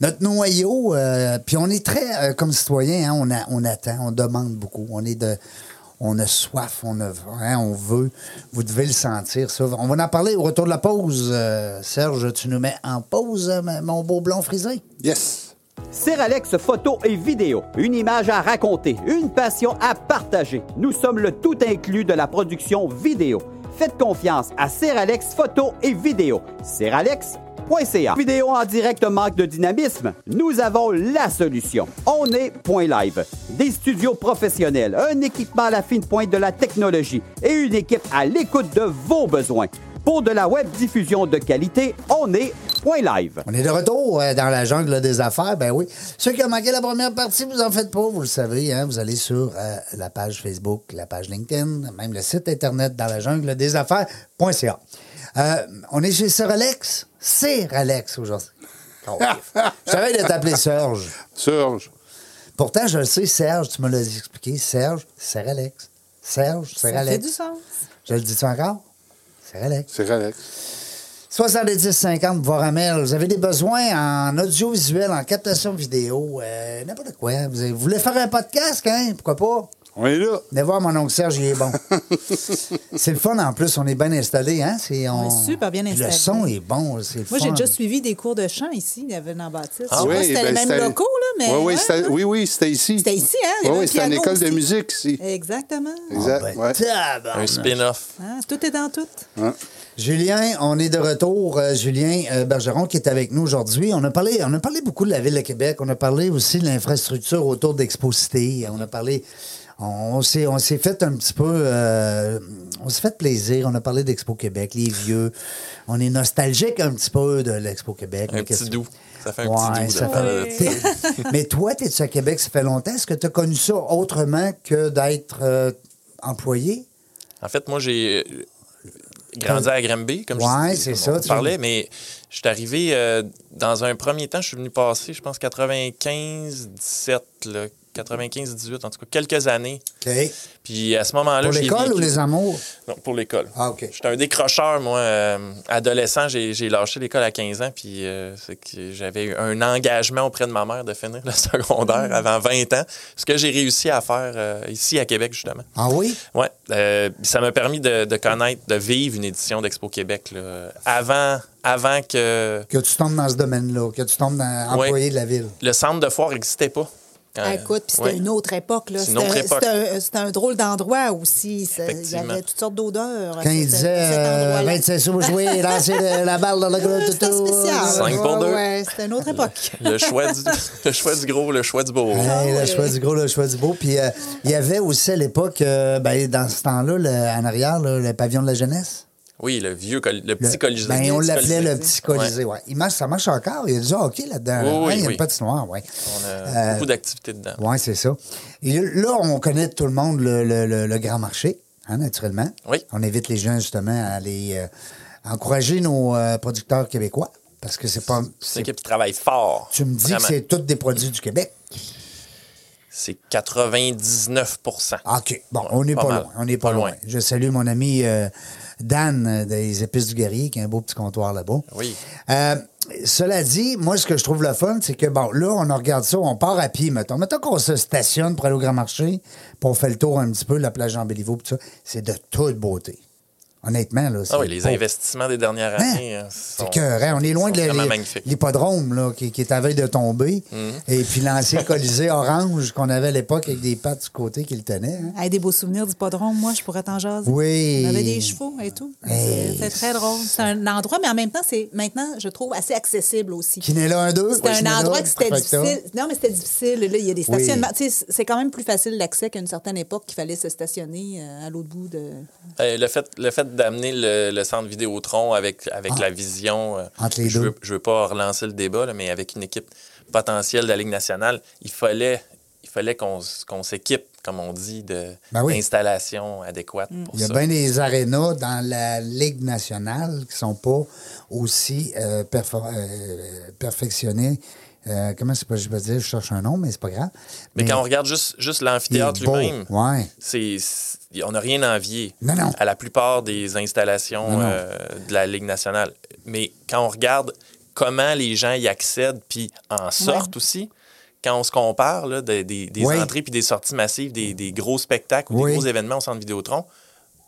notre noyau. euh, puis on est très, euh, comme citoyen, hein, on, a- on attend, on demande beaucoup. On est de... On a soif, on, a, hein, on veut. Vous devez le sentir, ça. On va en parler au retour de la pause. Euh, Serge, tu nous mets en pause, euh, mon beau blond frisé? Yes. Alex photo et vidéo. Une image à raconter, une passion à partager. Nous sommes le tout inclus de la production vidéo. Faites confiance à Alex photo et vidéo. Seralex.ca. Vidéo en direct manque de dynamisme. Nous avons la solution. On est Point Live. Des studios professionnels, un équipement à la fine pointe de la technologie et une équipe à l'écoute de vos besoins. Pour de la web diffusion de qualité, on est Point Live. On est de retour euh, dans la jungle des affaires, ben oui. Ceux qui ont manqué la première partie, vous en faites pas, vous le savez. Hein? Vous allez sur euh, la page Facebook, la page LinkedIn, même le site Internet dans la jungle des affaires.ca. Euh, on est chez Sir Alex. Sir Alex aujourd'hui. Oh, je savais de t'appeler Serge. Serge. Pourtant, je le sais, Serge, tu me l'as expliqué. Serge, Sir Alex. Serge, Sir Ça fait du Alex. sens. Je le dis-tu encore? Sir Alex. C'est Alex. 70-50 Voramel, vous avez des besoins en audiovisuel, en captation vidéo, euh, n'importe quoi. Vous, avez- vous voulez faire un podcast, hein? Pourquoi pas? On est là. Venez voir mon oncle Serge, il est bon. c'est le fun en plus, on est bien installé, hein? C'est, On est super bien Le installé. son est bon, c'est le Moi, fun. j'ai déjà suivi des cours de chant ici, à Venant-Baptiste. Ah Je sais pas si c'était ben, le même c'était- locaux, là, mais. Oui, oui, ouais, c'était, hein? oui, oui, c'était ici. C'était ici, hein? Il Oui, y avait un oui, c'était une piano école de aussi. musique ici. Exactement. Ah, Exact. ben, ouais. tabarnak. Un spin-off. Hein, Tout est dans tout. Julien, on est de retour. Euh, Julien euh, Bergeron qui est avec nous aujourd'hui. On a parlé, on a parlé beaucoup de la ville de Québec. On a parlé aussi de l'infrastructure autour d'Exposité. On a parlé, on, on s'est, on s'est fait un petit peu, euh, on s'est fait plaisir. On a parlé d'Expo Québec, les vieux. On est nostalgique un petit peu de l'Expo Québec. Un Mais petit qu'est-ce- doux. Ça fait un Ouais, petit doux. ça là. fait- T'es- Mais toi, tu es à Québec, ça fait longtemps. Est-ce que tu as connu ça autrement que d'être euh, employé? En fait, moi, j'ai euh, grandi à Granby, comme Ouais, je c'est comme ça, on tu- parlais, mais je suis arrivé euh, dans un premier temps, je suis venu passer, je pense, 95, 17, là, 95, 18, en tout cas, quelques années. OK. Puis à ce moment-là, Pour j'ai l'école vécu- ou les amours? Non, pour l'école. Ah, OK. J'étais un décrocheur, moi. Euh, adolescent, j'ai j'ai lâché l'école à 15 ans, puis euh, c'est que j'avais eu un engagement auprès de ma mère de finir le secondaire avant 20 ans, ce que j'ai réussi à faire euh, ici à Québec, justement. Ah oui? Ouais, euh, puis ça m'a permis de, de connaître, de vivre une édition d'Expo Québec là, euh, avant, avant que Que tu tombes dans ce domaine-là, que tu tombes dans Ouais. employé de la ville. le centre de foire n'existait pas. Quand- Ah, écoute, puis c'était ouais. une autre époque. là. C'est une autre C'était- époque. C'était un, c'était un drôle d'endroit aussi. Ça- Il y Effectivement. avait toutes sortes d'odeurs. Quand il C'était- disait cet euh, endroit-là. 27 sous jouer, lancer le- la balle dans le gros C'était toutou. spécial. Cinq pour Ouais, deux. ouais, c'était une autre époque. Le choix, du, le choix du gros, le choix du beau. Hey, le ouais. choix du gros, le choix du beau. Puis euh, il y avait aussi à l'époque, euh, ben, dans ce temps-là, le- en arrière, là, le pavillon de la jeunesse. Oui, le vieux, col- le petit Le- colisée. ben, on petit l'appelait Colisée. le petit colisée, ouais. Il marche, ça marche encore. Il y a du hockey là-dedans. Oui, Ouais, oui, il y a oui. une patinoire, oui. On a Euh, beaucoup d'activités dedans. Oui, c'est ça. Et là, on connaît tout le monde le, le- le- le grand marché, hein, naturellement. Oui. On invite les gens, justement, à aller euh, encourager nos euh, producteurs québécois. Parce que c'est pas. C'est c'est- une équipe qui travaille fort. Tu me dis Vraiment. que c'est tous des produits du Québec. C'est 99 Ah, OK. Bon, on n'est pas pas, mal. loin. On n'est pas, Pas loin. loin. Je salue mon ami euh, Dan euh, des Épices du Guerrier, qui a un beau petit comptoir là-bas. Oui. Ah Euh, cela dit, moi, ce que je trouve le fun, c'est que, bon, là, on regarde ça, on part à pied, mettons. Mettons qu'on se stationne pour aller au Grand Marché, puis on fait le tour un petit peu, la plage jean béliveau puis tout ça. C'est de toute beauté. Honnêtement, là. c'est Ah oui, les pas- investissements des dernières Hein? années. hein, sont- C'est que, on est loin sont de l'hé- vraiment l'hé- magnifiques. Mhm. l'hippodrome là, qui, qui est à veille de tomber. Et puis l'ancien colisée orange qu'on avait à l'époque avec des pattes du côté qui le tenait. hein. Hey, des beaux souvenirs du podron, moi, je pourrais t'en jaser. Oui. On avait des chevaux et tout. Hey. C'était très drôle. C'est un endroit, mais en même temps, c'est maintenant, je trouve, assez accessible aussi. Qui n'est là un deux. C'était qui un n'est là, endroit que c'était perfecto. difficile. Non, mais c'était difficile. Là, il y a des stationnements. Tu sais, C'est quand même plus facile l'accès qu'à une certaine époque qu'il fallait se stationner euh, à l'autre bout de. Euh, le fait, le fait d'amener le, le centre Vidéotron avec, avec la vision, euh, Ah. Entre les je deux. veux, je veux pas relancer le débat, là, mais avec une équipe potentielle de la Ligue nationale, il fallait, il fallait qu'on, s- qu'on s'équipe, comme on dit, de, Ben oui. Mm. d'installations adéquates pour Il y a ça. bien des arénas dans la Ligue nationale qui sont pas aussi euh, perfo- euh, perfectionnées. Euh, comment c'est pas, je peux dire, je cherche un nom, mais c'est pas grave. mais, quand on regarde juste, juste l'amphithéâtre il est beau, lui-même, ouais. c'est, c'est- on n'a rien à envier Non, non. à la plupart des installations Non, non. euh, de la Ligue nationale. Mais quand on regarde comment les gens y accèdent, puis en sortent aussi, quand on se compare là, des, des- des Oui. entrées puis des sorties massives, des, des gros spectacles ou Oui. des gros événements au centre Vidéotron,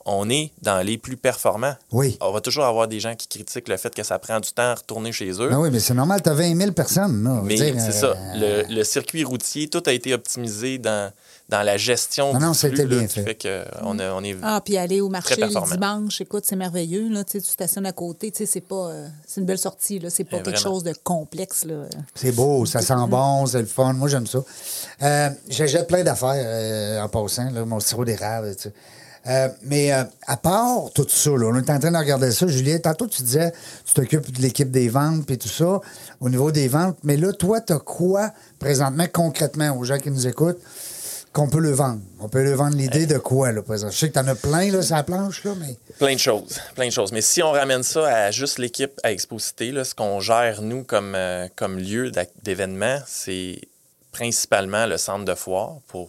on est dans les plus performants. Oui. On va toujours avoir des gens qui critiquent le fait que ça prend du temps à retourner chez eux. Ben oui, mais c'est normal, t'as 20 000 personnes. là, on veut Mais dire, c'est euh, ça. Le, le circuit routier, tout a été optimisé dans, dans la gestion Non, du non, flux, c'était là, bien qui fait. que euh, on, a- on est Ah, puis aller au marché Très performant. le dimanche, écoute, c'est merveilleux. Là, tu sais, tu stationnes à côté, tu sais, c'est pas. euh, c'est une belle sortie, là. C'est pas Eh, quelque vraiment. chose de complexe, là. C'est beau, ça Mm-hmm. sent bon, c'est le fun. Moi, j'aime ça. Euh, J'achète plein d'affaires euh, en passant, là, mon sirop d'érable. tu sais. Euh, mais euh, à part tout ça, là, on est en train de regarder ça. Julien, tantôt, tu disais, tu t'occupes de l'équipe des ventes et tout ça, au niveau des ventes. Mais là, toi, tu as quoi présentement, concrètement, aux gens qui nous écoutent, qu'on peut le vendre? On peut le vendre l'idée Euh. de quoi, là, présent? Je sais que tu en as plein, là, sur la planche, là, mais. Plein de choses, plein de choses. Mais si on ramène ça à juste l'équipe à Exposité, là, ce qu'on gère, nous, comme, euh, comme lieu d'ac- d'événement, c'est principalement le centre de foire pour,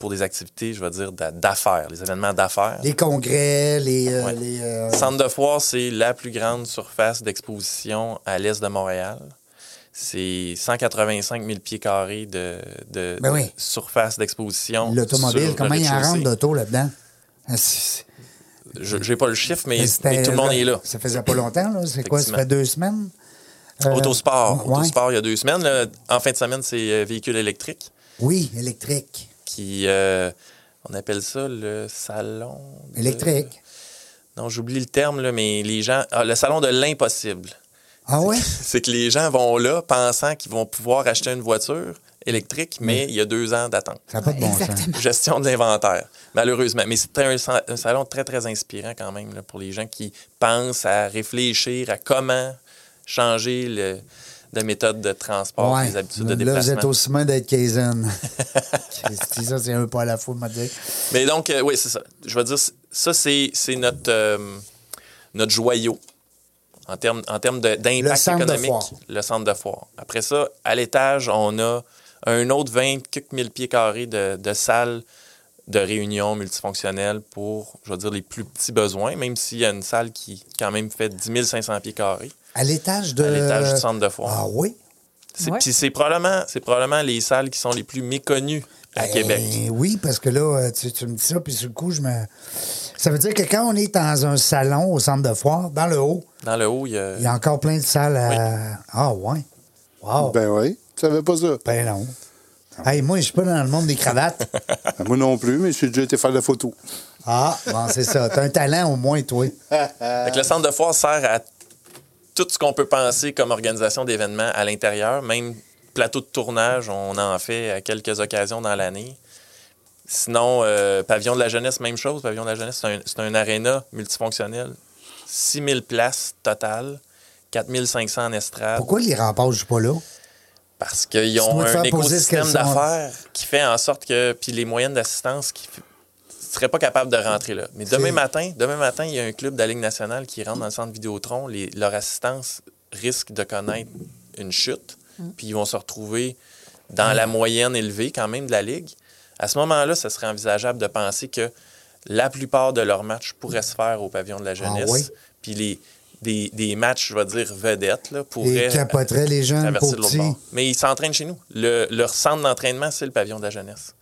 pour des activités, je vais dire, d'a- d'affaires, les événements d'affaires. Les congrès, les. euh, Ouais. les, euh, Centre de foire, c'est la plus grande surface d'exposition à l'est de Montréal. C'est 185 000 pieds carrés de, de- Ben de oui. surface d'exposition. sur L'automobile, le comment il en rez-de-chaussée. rentre d'auto là-dedans? Ah, c'est- Je n'ai pas le chiffre, mais, C'était- mais tout le monde est là. Ça faisait pas longtemps, là. C'est quoi? Ça fait deux semaines? Euh, Autosport. ouais. Autosport, il y a deux semaines. là. En fin de semaine, c'est euh, véhicule électrique Oui, électrique. qui. euh, on appelle ça le salon. de- Électrique. Non, j'oublie le terme, là, mais les gens. ah, le salon de l'impossible. Ah ouais? Euh, C'est que les gens vont là pensant qu'ils vont pouvoir acheter une voiture électrique, mais il y a deux ans d'attente. Ça n'a pas de bon sens. Exactement. Gestion de l'inventaire, malheureusement. Mais c'est un, sa- un salon très, très inspirant quand même là, pour les gens qui pensent à réfléchir à comment changer le, de méthode de transport, Ouais. les habitudes de Là, déplacement. vous êtes au chemin d'être Kaizen. Christy, ça, c'est un pas à la fois, m'a dit. Mais donc, euh, oui, c'est ça. Je vais dire, c- ça, c'est c'est notre, euh, notre joyau en termes, en termes de- Le d'impact centre de économique. foire. Le centre de foire. Après ça, à l'étage, on a un autre 20 quelques mille pieds carrés de, de salles de réunion multifonctionnelles pour, je vais dire, les plus petits besoins, même s'il y a une salle qui, quand même, fait 10 500 pieds carrés. À l'étage de. À l'étage du centre de foire. Ah oui? C'est- Ouais. Puis c'est probablement, c'est probablement les salles qui sont les plus méconnues à Ben, Québec. Oui, parce que là, euh, tu, tu me dis ça, puis sur le coup, je me. Ça veut dire que quand on est dans un salon au centre de foire, dans le haut, Dans le haut, il y a... il y a encore plein de salles à. Ah ouais? Wow! Ben, Ben oui. Tu savais pas ça. non. Hey, moi, je suis pas dans le monde des cravates. Ah. Ben, Moi non plus, mais j'ai déjà été faire de la photo. Ah, bon, c'est ça. T'as un talent au moins, toi. Fait que le centre de foire sert à tout ce qu'on peut penser comme organisation d'événements à l'intérieur, même plateau de tournage, on en fait à quelques occasions dans l'année. Sinon, euh, pavillon de la jeunesse, même chose. Pavillon de la jeunesse, c'est un, c'est un aréna multifonctionnel 6 000 places totales, 4 500 en estrade. Pourquoi les remparts je suis pas là? Parce qu'ils ont dois te un faire poser cette écosystème question. d'affaires qui fait en sorte que. Puis les moyennes d'assistance qui f- seraient pas capables de rentrer là. Mais demain C'est- matin, demain matin, il y a un club de la Ligue nationale qui rentre dans le centre Vidéotron. Les, leur assistance risque de connaître une chute. Mm. Puis ils vont se retrouver dans la moyenne élevée quand même de la Ligue. À ce moment-là, ce serait envisageable de penser que la plupart de leurs matchs pourraient se faire au pavillon de la jeunesse. Ah ouais? Puis les, des, des matchs, je vais dire, vedettes, là, pourraient Et capoteraient les jeunes traverser pour de l'autre petits. bord. Mais ils s'entraînent chez nous. Le- leur centre d'entraînement, c'est le pavillon de la jeunesse.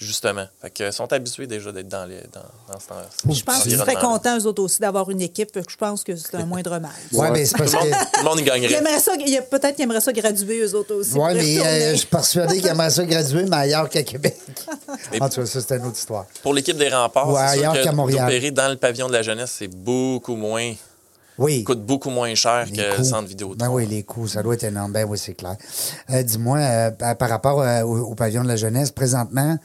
Justement. Fait que, euh, sont habitués déjà d'être dans, les, dans, dans ce temps Je pense qu'ils seraient contents, eux autres aussi, d'avoir une équipe. Fait que Je pense que c'est un moindre mal. Ouais, mais c'est parce Tout le que. monde- tout le monde y Ils gagnerait. aimeraient ça, il y a- peut-être qu'ils aimeraient ça graduer, eux autres aussi. Ouais, pour y mais retourner. euh, je suis persuadé qu'il aimerait ça graduer, mais ailleurs qu'à Québec. Mais- En tout cas, ça, c'est une autre histoire. Pour l'équipe des remparts, Ouais, c'est sûr ailleurs que qu'à Montréal. d'opérer dans le pavillon de la jeunesse, c'est beaucoup moins, Oui. coûte beaucoup moins cher Les que le coûts. euh, centre vidéo. Ben oui, les coûts, ça doit être énorme. Ben oui, c'est clair. Euh, Dis-moi, euh, par par rapport euh, au, au pavillon de la jeunesse, présentement,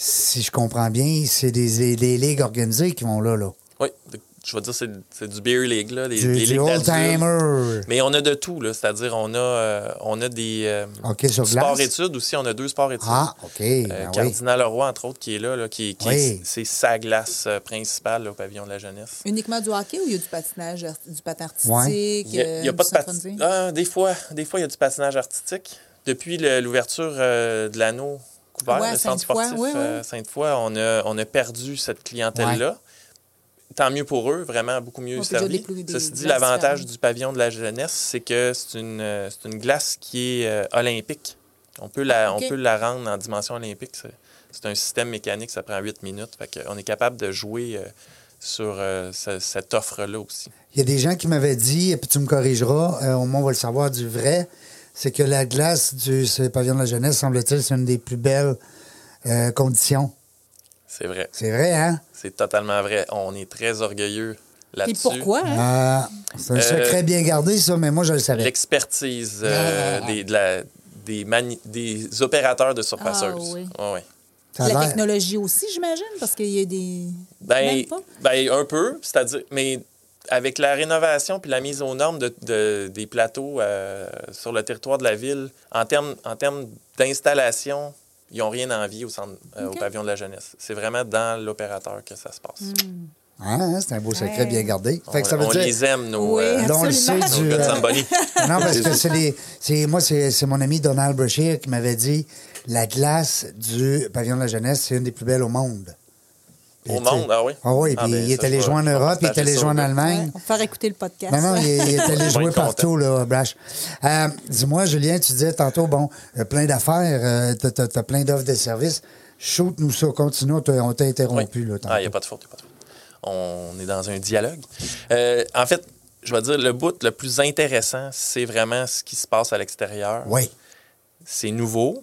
si je comprends bien, c'est des, des- des ligues organisées qui vont là, là. Oui, de- je vais dire, c'est, c'est du Beer League, là, les, Du, les du ligues d'adultes. old-timer. Mais on a de tout, là. c'est-à-dire on a, euh, on a des euh, Hockey sur glace. sports-études aussi, on a deux sports-études. Ah, OK. Euh, ben oui. Cardinal Leroy, entre autres, qui est là, là, qui, qui Oui. est- c'est sa glace euh, principale là, au pavillon de la jeunesse. Uniquement du hockey ou il y a du patinage, art- du patin artistique? Ouais. Il y a, il y a euh, pas du de patin- synchronisé? Ah, des fois, des fois, il y a du patinage artistique. Depuis le- l'ouverture euh, de l'anneau couvert, Ouais, le centre Sainte-Foy, sportif ouais, ouais. euh, Sainte-Foy, on a, on a perdu cette clientèle-là. Tant mieux pour eux, vraiment beaucoup mieux Ouais, puis servi. déjà des plus- des Ceci dit, glaces l'avantage différentes. du pavillon de la jeunesse, c'est que c'est une, euh, c'est une glace qui est euh, olympique. On peut, la, Ah, ok. on peut la rendre en dimension olympique. C'est- C'est un système mécanique, ça prend 8 minutes. Fait que on est capable de jouer euh, sur euh, ce- cette offre-là aussi. Il y a des gens qui m'avaient dit, et puis tu me corrigeras, euh, au moins on va le savoir du vrai, c'est que la glace du ce pavillon de la jeunesse, semble-t-il, c'est une des plus belles euh, conditions. C'est vrai. C'est vrai, hein? C'est totalement vrai. On est très orgueilleux Et là-dessus. pourquoi? hein? Ah, c'est un Euh, secret bien gardé, ça, mais moi, je le savais. L'expertise Ah, euh, des, de la- des, mani- des opérateurs de surfaceuses. Ah, oui. Ouais, ouais. Ça a la l'air- technologie aussi, j'imagine, parce qu'il y a des... Ben, Même pas? ben, un peu, c'est-à-dire, mais avec la rénovation puis la mise aux normes de, de- des plateaux euh, sur le territoire de la ville, en termes en termes d'installation, ils n'ont rien à envier au, centre, euh, OK. Hmm. au pavillon de la jeunesse. C'est vraiment dans l'opérateur que ça se passe. Hein, hein, c'est un beau secret Ouais. bien gardé. Fait On, que ça veut on dire... les aime, nos, Oui, euh, Là, on le sait Absolument. nos du... gars de euh, Zamboni. non, parce que c'est des... c'est- Moi, c'est c'est mon ami Donald Brashear qui m'avait dit la glace du pavillon de la jeunesse, c'est une des plus belles au monde. Puis, Au tu sais- monde, ah oui? Ah oui, Ah, puis ben, il est ça, allé je jouer en vais- je vais Europe, il est allé partager Ben, ça jouer en au- Allemagne. Ouais, on va faire écouter le podcast. Non, non, il est, il est va allé être jouer content. partout, là, Brash. Euh, Dis-moi, Julien, tu disais tantôt, bon, euh, plein d'affaires, euh, t'as- t'as t'as plein d'offres de services. Shoot-nous ça, continue, on t'a on t'a interrompu, là, tantôt. Ah, il n'y a pas de faute, y a pas de faute. On est dans un dialogue. Euh, en fait, je vais dire, le bout le plus intéressant, c'est vraiment ce qui se passe à l'extérieur. Oui, C'est nouveau.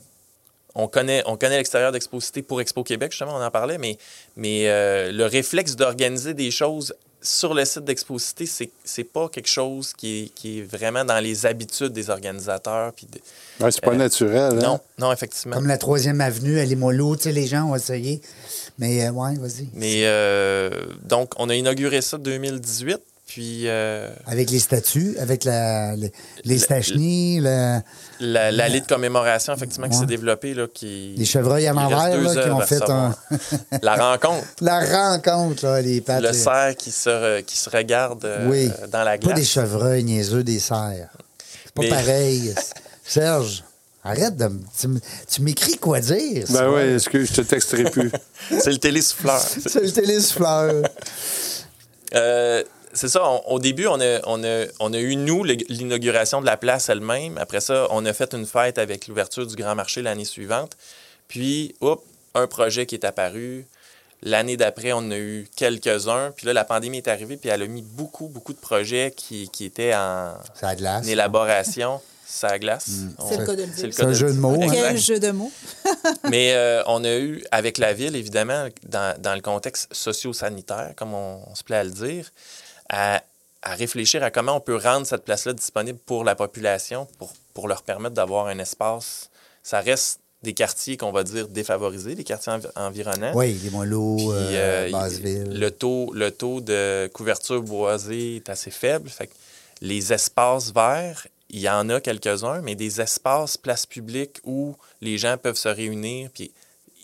On connaît, on connaît l'extérieur d'Exposité pour Expo Québec, justement, on en parlait, mais, mais euh, le réflexe d'organiser des choses sur le site d'Exposité, c'est c'est pas quelque chose qui est, qui est vraiment dans les habitudes des organisateurs. puis de- Ouais, c'est pas Euh, naturel. hein? Non, Non. non, effectivement. comme la troisième avenue, à Limoilou, tu sais, les gens ont essayé. Mais, euh, ouais, vas-y. Mais euh, donc, on a inauguré ça 2018, puis euh, Avec les statues, avec la, les, les stachenies, la- la- l'allée de commémoration, effectivement, qui Ouais. s'est développée, là, qui... les chevreuils à il reste l'envers deux là, qui heures ont à fait un- recevoir. la rencontre, la rencontre, là, les pattes. euh, le les- cerf qui se, re- qui se regarde euh, Ah, oui. dans la Pas des glace. chevreuils niaiseux, des cerfs. C'est pas Mais- pareil. Serge, arrête de. me- Tu, me- tu m'écris quoi dire. ça. Ben oui, excuse, je te texterai plus. C'est le télésouffleur. C'est le télésouffleur. Euh, c'est ça. on- au début, on a, on a- on a eu, nous, le- l'inauguration de la place elle-même. Après ça, on a fait une fête avec l'ouverture du Grand Marché l'année suivante. Puis, hop, un projet qui est apparu. L'année d'après, on en a eu quelques-uns. Puis là, la pandémie est arrivée, puis elle a mis beaucoup, beaucoup de projets qui, qui étaient en Ça a de l'as. élaboration. Ça glace. C'est le cas de le dire. C'est le Mm. C'est cas un de jeu le de dire. mots, hein? Exact. Quel jeu de mots. Mais euh, on a eu, avec la ville, évidemment, dans, dans le contexte socio-sanitaire, comme on, on se plaît à le dire, à, à réfléchir à comment on peut rendre cette place-là disponible pour la population, pour, pour leur permettre d'avoir un espace. Ça reste des quartiers qu'on va dire défavorisés, des quartiers env- environnants. Oui, les Molos, Puis, euh, euh, Basseville. Le taux, le taux de couverture boisée est assez faible. Fait que les espaces verts, il y en a quelques-uns, mais des espaces, places publiques où les gens peuvent se réunir, puis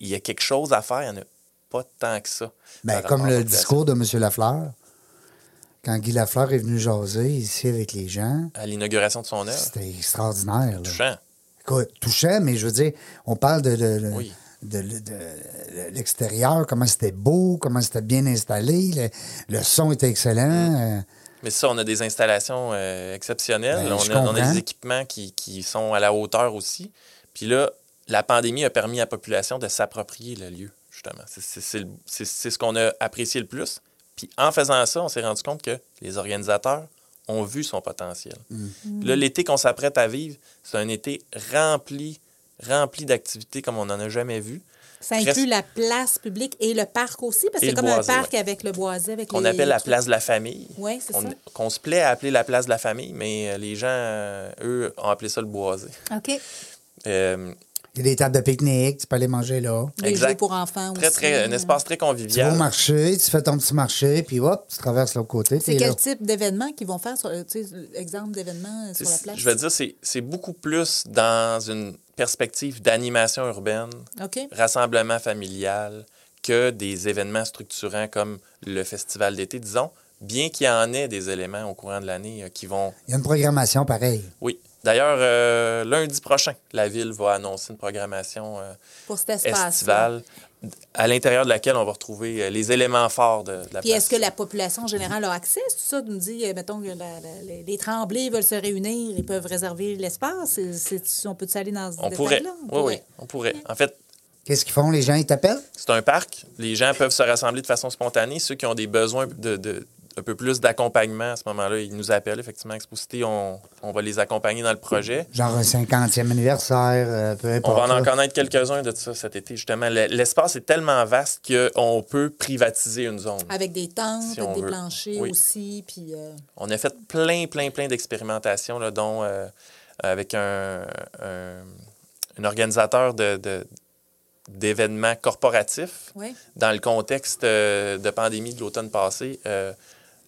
il y a quelque chose à faire, il n'y en a pas tant que ça. Ben, par comme rapport à le la population. discours de M. Lafleur, quand Guy Lafleur est venu jaser ici avec les gens, À l'inauguration de son œuvre, c'était extraordinaire. là. touchant. Écoute, touchant, mais je veux dire, on parle de, le- le- Oui. de le- de l'extérieur, comment c'était beau, comment c'était bien installé, le, le son était excellent. Mm. euh, Mais ça, on a des installations euh, exceptionnelles. Ben, on, je a, on a comprends. des équipements qui, qui sont à la hauteur aussi. Puis là, la pandémie a permis à la population de s'approprier le lieu, justement. C'est- c'est- C'est le- c'est- c'est ce qu'on a apprécié le plus. Puis en faisant ça, on s'est rendu compte que les organisateurs ont vu son potentiel. Mm. Là, l'été qu'on s'apprête à vivre, c'est un été rempli, rempli d'activités comme on n'en a jamais vu. Ça Reste- inclut la place publique et le parc aussi, parce que Et le c'est comme boisé, un parc avec le boisé. Avec qu'on les- appelle la place de la famille. Ouais, c'est Qu'on- ça. Qu'on se plaît à appeler la place de la famille, mais euh, les gens, euh, eux, ont appelé ça le boisé. OK. Euh, Il y a des tables de pique-nique, tu peux aller manger là. Des jeux pour enfants très, Ah, aussi. euh, hein. Très, un espace très Tu vas au convivial. marché, tu fais ton petit marché, puis hop, tu traverses l'autre côté. C'est t'es quel là. type d'événement qu'ils vont faire, sur, euh, tu sais, exemple d'événement euh, sur la C'est- place? Je veux dire, c'est c'est beaucoup plus dans une perspective d'animation urbaine, OK. rassemblement familial, que des événements structurants comme le festival d'été, disons, bien qu'il y en ait des éléments au courant de l'année euh, qui vont Il y a une programmation pareille. Oui. D'ailleurs, euh, lundi prochain, la ville va annoncer une programmation euh, Pour cet espace-là. estivale à l'intérieur de laquelle on va retrouver euh, les éléments forts de, de la Puis place. est-ce que la population générale a accès? C'est ça, tu me dis, euh, mettons que la- la- les, les tremblés veulent se réunir, ils peuvent réserver l'espace. C'est- c'est- on peut-tu aller dans ce On pourrait. détail-là? oui, oui, on pourrait. En fait, Qu'est-ce qu'ils font? Les gens, ils t'appellent? c'est un parc. Les gens peuvent se rassembler de façon spontanée. Ceux qui ont des besoins de, de- un peu plus d'accompagnement à ce moment-là, ils nous appellent. Effectivement, Exposité, on, on va les accompagner dans le projet. Genre un 50e anniversaire, euh, peu On importe. va en en là. connaître quelques-uns de ça cet été. Justement, Le- l'espace est tellement vaste qu'on peut privatiser une zone. Avec des tentes, Si on avec des veut. planchers Oui. aussi, puis... euh, On a fait plein, plein, plein d'expérimentations, là, dont euh, avec un, un- un organisateur de- de- d'événements corporatifs Ouais. dans le contexte euh, de pandémie de l'automne passé, euh,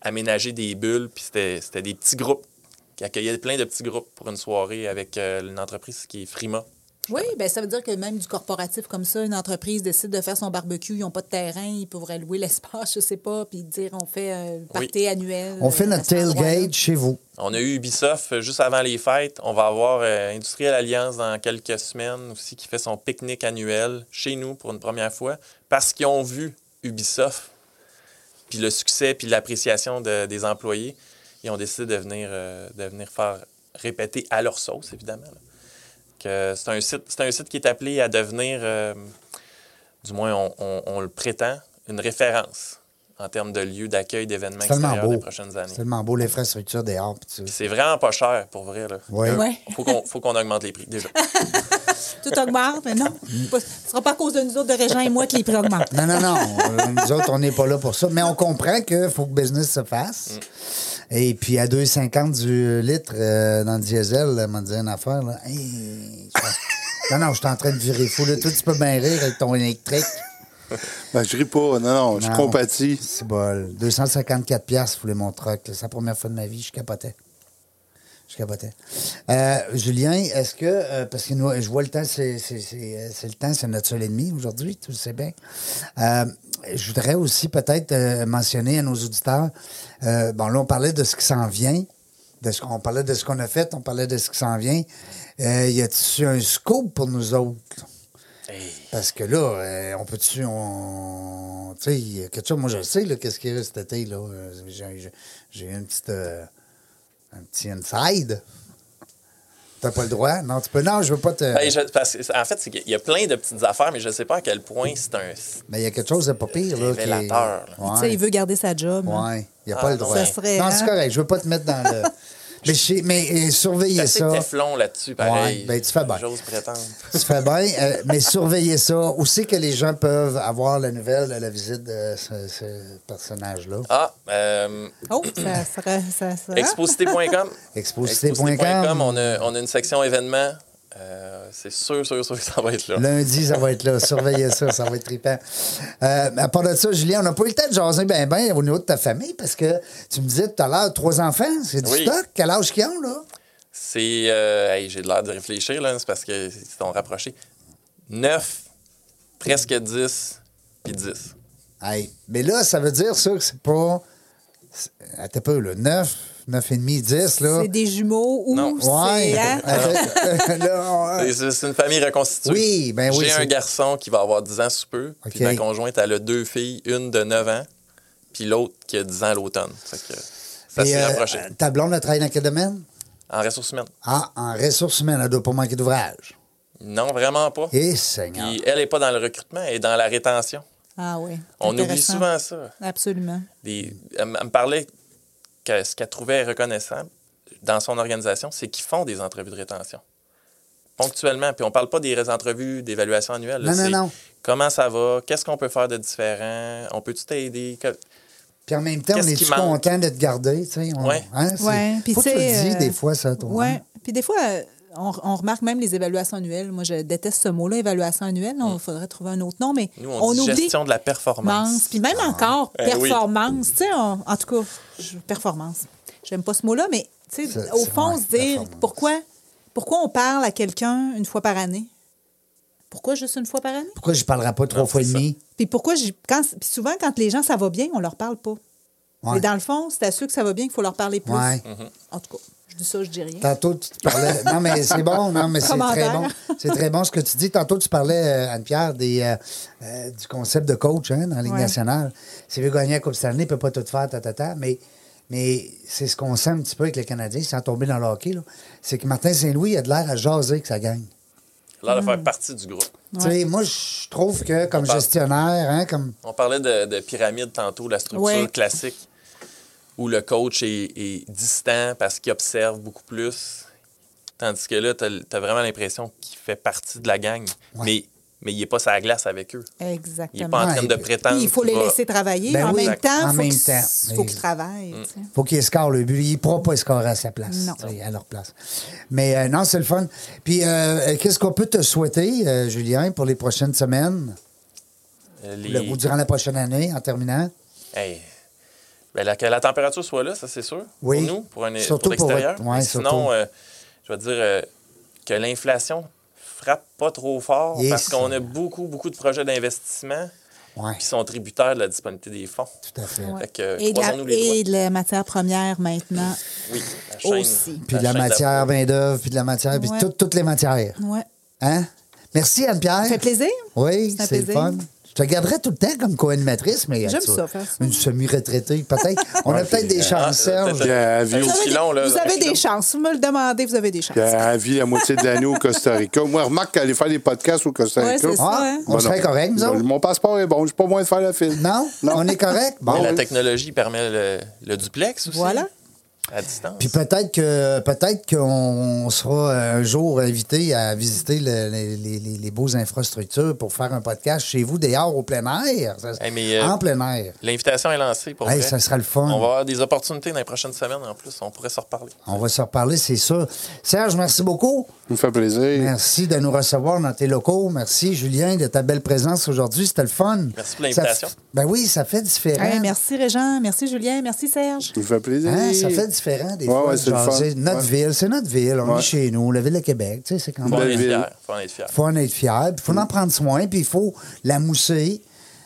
aménager des bulles, puis c'était c'était des petits groupes qui accueillaient plein de petits groupes pour une soirée avec euh, une entreprise qui est Frima. Oui, ben ça veut dire que même du corporatif comme ça, une entreprise décide de faire son barbecue, ils n'ont pas de terrain, ils pourraient louer l'espace, je sais pas, puis dire on fait euh, le party annuel. On fait euh, notre à cet endroit-là. tailgate chez vous. On a eu Ubisoft euh, juste avant les fêtes. On va avoir euh, Industrial Alliance dans quelques semaines aussi qui fait son pique-nique annuel chez nous pour une première fois parce qu'ils ont vu Ubisoft. Puis le succès, puis l'appréciation de- des employés. Ils ont décidé de venir, euh, de venir faire répéter à leur sauce, évidemment. là. Que C'est un, site- c'est un site qui est appelé à devenir, euh, du moins on, on- on le prétend, une référence en termes de lieu d'accueil d'événements C'est tellement extérieurs beau. des prochaines années. C'est tellement beau, les frais structures dehors. puis tout. Puis C'est vraiment pas cher, pour vrai. Là. Ouais. Euh, Ouais. Faut qu'on faut qu'on augmente les prix, déjà. Tout augmente, mais non. pas- Ce ne sera pas à cause de nous autres, de Régent et moi, que les prix augmentent. Non, non, non. Euh, Nous autres, on n'est pas là pour ça. Mais on comprend qu'il faut que business se fasse. Et puis, à 2,50 du litre euh, dans le diesel, là, m'a dit une affaire. Là. Hey, je- non, non, je suis en train de virer fou. Là. Toi, tu peux bien rire avec ton électrique. Ben, je ris pas. Non, non, je Non. compatis. C'est bol. 254 piastres, voulait mon truck. là. C'est la première fois de ma vie. Je capotais. Je capotais. Euh, Julien, est-ce que... euh, parce que nous, je vois le temps, c'est c'est- c'est, euh, c'est le temps, c'est notre seul ennemi aujourd'hui, tu le sais bien. Euh, je voudrais aussi peut-être euh, mentionner à nos auditeurs... euh, bon, là, on parlait de ce qui s'en vient. De ce qu'on- on parlait de ce qu'on a fait, on parlait de ce qui s'en vient. Euh, y a-t-il un scoop pour nous autres? Parce que là, euh, on peut-tu. On... Tu sais, il y a quelque chose. Moi, je le sais, là, qu'est-ce qu'il y a cet été, là. Euh, J'ai, j'ai- j'ai eu une petite. euh, un petit inside. T'as pas le droit? Non, tu peux. Non, je veux pas te. Ben, je- parce que, en fait, c'est qu'il y a plein de petites affaires, mais je sais pas à quel point c'est un. Mais il y a quelque chose de pas pire, là. qui est- Révélateur, là. Tu Ouais. sais, il veut garder sa job. hein. Ouais, il n'y a Ah, pas le non. droit. Ça serait, non, c'est hein? correct. Je veux pas te mettre dans le. mais je sais- mais euh, surveillez C'est assez ça. Teflon là-dessus, pareil. Ouais, ben, tu fais bien. J'ose prétendre. Tu fais bien, euh, mais surveillez ça. Où c'est que les gens peuvent avoir la nouvelle de la visite de ce, ce personnage-là? Ah, euh, Oh, ça serait. Ça, ça- exposité.com. Exposité.com. Exposité.com, On a, on a une section événements. Euh, c'est sûr, sûr, sûr que ça va être là. Lundi, ça va être là. Surveillez ça, ça va être trippant. Euh, à part de ça, Julien, on n'a pas eu le temps de jaser ben ben au niveau de ta famille parce que tu me disais tout à l'heure, trois enfants, c'est du Oui. stock. Quel âge qu'ils ont, là? C'est. euh, hey, j'ai de l'air de réfléchir, là. C'est parce que ils sont rapprochés. 9, presque 10, puis 10. Hey, Mais là, ça veut dire ça que c'est pas. c'est- Attends un peu, là. 9, 9,5, 10, là. C'est des jumeaux ou Non. c'est. Ouais. hein? Attends, là, on- euh, C'est- C'est c'est une famille reconstituée. Oui, ben oui, J'ai c'est- un garçon qui va avoir 10 ans sous peu. OK. Puis ma conjointe, elle a deux filles, une de 9 ans, puis l'autre qui a 10 ans à l'automne. Fait que Ça Et, s'est euh, rapproché. ta blonde a travaillé dans quel domaine? En ressources humaines. Ah, en ressources humaines, elle doit pas manquer d'ouvrage. Non, vraiment pas. Eh, Seigneur. Puis elle n'est pas dans le recrutement, elle est dans la rétention. Ah oui. On oublie Intéressant. souvent ça. Absolument. Des- elle, m- elle me parlait que ce qu'elle trouvait reconnaissable dans son organisation, c'est qu'ils font des entrevues de rétention. Ponctuellement. Puis on ne parle pas des ré- entrevues d'évaluation annuelle. là. Non, non, C'est non. Comment ça va? Qu'est-ce qu'on peut faire de différent? On peut-tu t'aider? Que- Puis en même temps, on Qu'est-ce est qui manque? content de te garder, tu sais. On, Ouais. hein, c'est- Ouais, puis Faut que tu sais, le dis euh, des fois, ça, toi. Ouais. hein. Puis des fois, euh, on, on remarque même les évaluations annuelles. Moi, je déteste ce mot-là, évaluation annuelle. Mm. Il faudrait trouver un autre nom, mais Nous, on, dit oublie gestion de la performance. performance. Puis Ah. même encore, Eh oui. performance. Tu sais, on- en tout cas, je- performance. J'aime pas ce mot-là, mais tu sais, C'est- au c'est- fond, ouais, se dire performance. pourquoi, pourquoi on parle à quelqu'un une fois par année? Pourquoi juste une fois par année? Pourquoi je parlerai pas trois Non, fois et c'est ça. demi? Puis pourquoi, j'y- quand, puis souvent, quand les gens, ça va bien, on leur parle pas. Ouais. Mais dans le fond, c'est à ceux que ça va bien qu'il faut leur parler plus. Ouais. En tout cas, je dis ça, je dis rien. Tantôt, tu te parlais. Non, mais c'est bon, non, mais c'est très Commentaire. bon. C'est très bon ce que tu dis. Tantôt, tu parlais, euh, Anne-Pierre, des, euh, euh, du concept de coach hein, dans la Ligue Ouais. nationale. S'il veut gagner la Coupe Stanley, il ne peut pas tout faire, ta, ta, ta. Mais, mais c'est ce qu'on sent un petit peu avec les Canadiens, sans tomber dans le hockey. là. C'est que Martin Saint-Louis a de l'air à jaser que ça gagne. Là, de faire partie du groupe. Tu sais, Moi, je trouve que comme parle. gestionnaire, hein, comme On parlait de, de pyramide tantôt, la structure Ouais. classique où le coach est, est distant parce qu'il observe beaucoup plus. Tandis que là, tu as, vraiment l'impression qu'il fait partie de la gang, mais, mais il n'est pas sur la glace avec eux. Il n'est Exactement. pas en train de Ouais, prétendre. Puis il faut qu'il les va- laisser travailler. Ben en oui. même temps, En il même faut temps. qu'ils faut qu'ils Mais- travaillent. Mm. tu sais. faut qu'il score le but. Il ne pourra pas scorer à sa place, Non. tu sais, à leur place. Mais euh, non, c'est le fun. Puis, euh, qu'est-ce qu'on peut te souhaiter, euh, Julien, pour les prochaines semaines les- le- ou durant la prochaine année, en terminant? Hey. Ben, la, que la température soit là, ça c'est sûr. Oui. Pour nous, pour, un, Surtout pour l'extérieur. pour votre- ouais, Mais surtout. sinon, euh, je vais te dire euh, que l'inflation frappe pas trop fort Yes. parce qu'on a beaucoup, beaucoup de projets d'investissement Oui, qui sont tributaires de la disponibilité des fonds. tout à fait. Ouais. Fait que, et, de la, Euh, croisons-nous les et de la matière première maintenant. Oui, la chaîne. Aussi. Puis de la chaîne matière, main-d'œuvre, puis de la matière, puis Ouais. tout- toutes les matières. Ouais. Hein? Merci, Anne-Pierre. Ça fait plaisir. Oui, C'est un c'est le plaisir. fun. Je te garderai tout le temps comme co-animatrice, mais. euh, J'aime tu- ça, faire ça. Une semi-retraitée, peut-être. On a peut-être des Ah, chances, Serge. peut-être- Bien, Fait vu que aussi. Vous avez, filon, là, vous avez filon. des chances. Vous me le demandez, vous avez des chances. Puis elle elle vit la moitié de l'année au Costa Rica. Moi, remarque qu'aller faire des podcasts au Costa Ouais, Rica. c'est ça. Ah, Ouais. on serait non. Ben, correct, nous autres? Mon passeport est bon, je pas moyen de faire la file. Non? On est correct? Bon. Mais la technologie permet le, le duplex aussi. Voilà. À distance. Puis peut-être que peut-être qu'on sera un jour invité à visiter le- les, les- les- les beaux infrastructures pour faire un podcast chez vous dehors au plein air. Ça- Eh, mais, euh, en plein air. L'invitation est lancée pour Hey, vrai. ça sera le fun. On va avoir des opportunités dans les prochaines semaines en plus. On pourrait se reparler. On va se reparler, c'est sûr. Serge, merci beaucoup. Ça me fait plaisir. Merci de nous recevoir dans tes locaux. Merci, Julien, de ta belle présence aujourd'hui. C'était le fun. Merci pour l'invitation. Ça f- Ben oui, ça fait différent. Hey, merci, Régent. Merci, Julien. Merci, Serge. Ça me fait plaisir. Hein, ça fait différent des Ouais, fois. ouais, c'est le fun. jaser. notre Ouais. ville, c'est notre ville. On est Ouais. chez nous, la ville de Québec. Tu sais, c'est quand Faut même. en Belle être ville. fier. Faut en être fier. Il faut en être fier, puis il Mm. faut en prendre soin, puis il faut la mousser.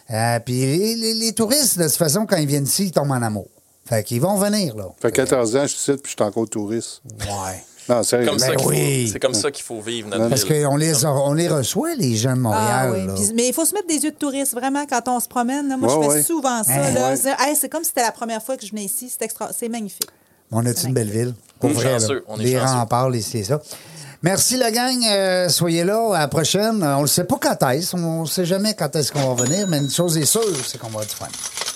Euh, puis les, les- les touristes, de toute façon, quand ils viennent ici, ils tombent en amour. Fait qu'ils vont venir, là. Ça fait 14 ans, je suis ici, puis je suis encore touriste. Ouais. Non, sérieux. Comme ça Ben qu'il faut- oui. C'est comme ça qu'il faut vivre notre Parce ville. qu'on les, a- on les reçoit, les gens de Ah Montréal. oui. là. Puis- mais il faut se mettre des yeux de touriste, vraiment, quand on se promène. là. moi, Ouais, je fais ouais. souvent ça. Hein, là. ouais. C'est- hey, c'est comme si c'était la première fois que je venais ici. C'est extra... c'est magnifique. On a une belle ville? On est Pour vrai, chanceux, là. on est les chanceux. remparts, les- c'est ça. Merci, la gang. Euh, soyez là. À la prochaine. On ne sait pas quand est-ce. On ne sait jamais quand est-ce qu'on va venir, mais une chose est sûre, c'est qu'on va avoir du fun.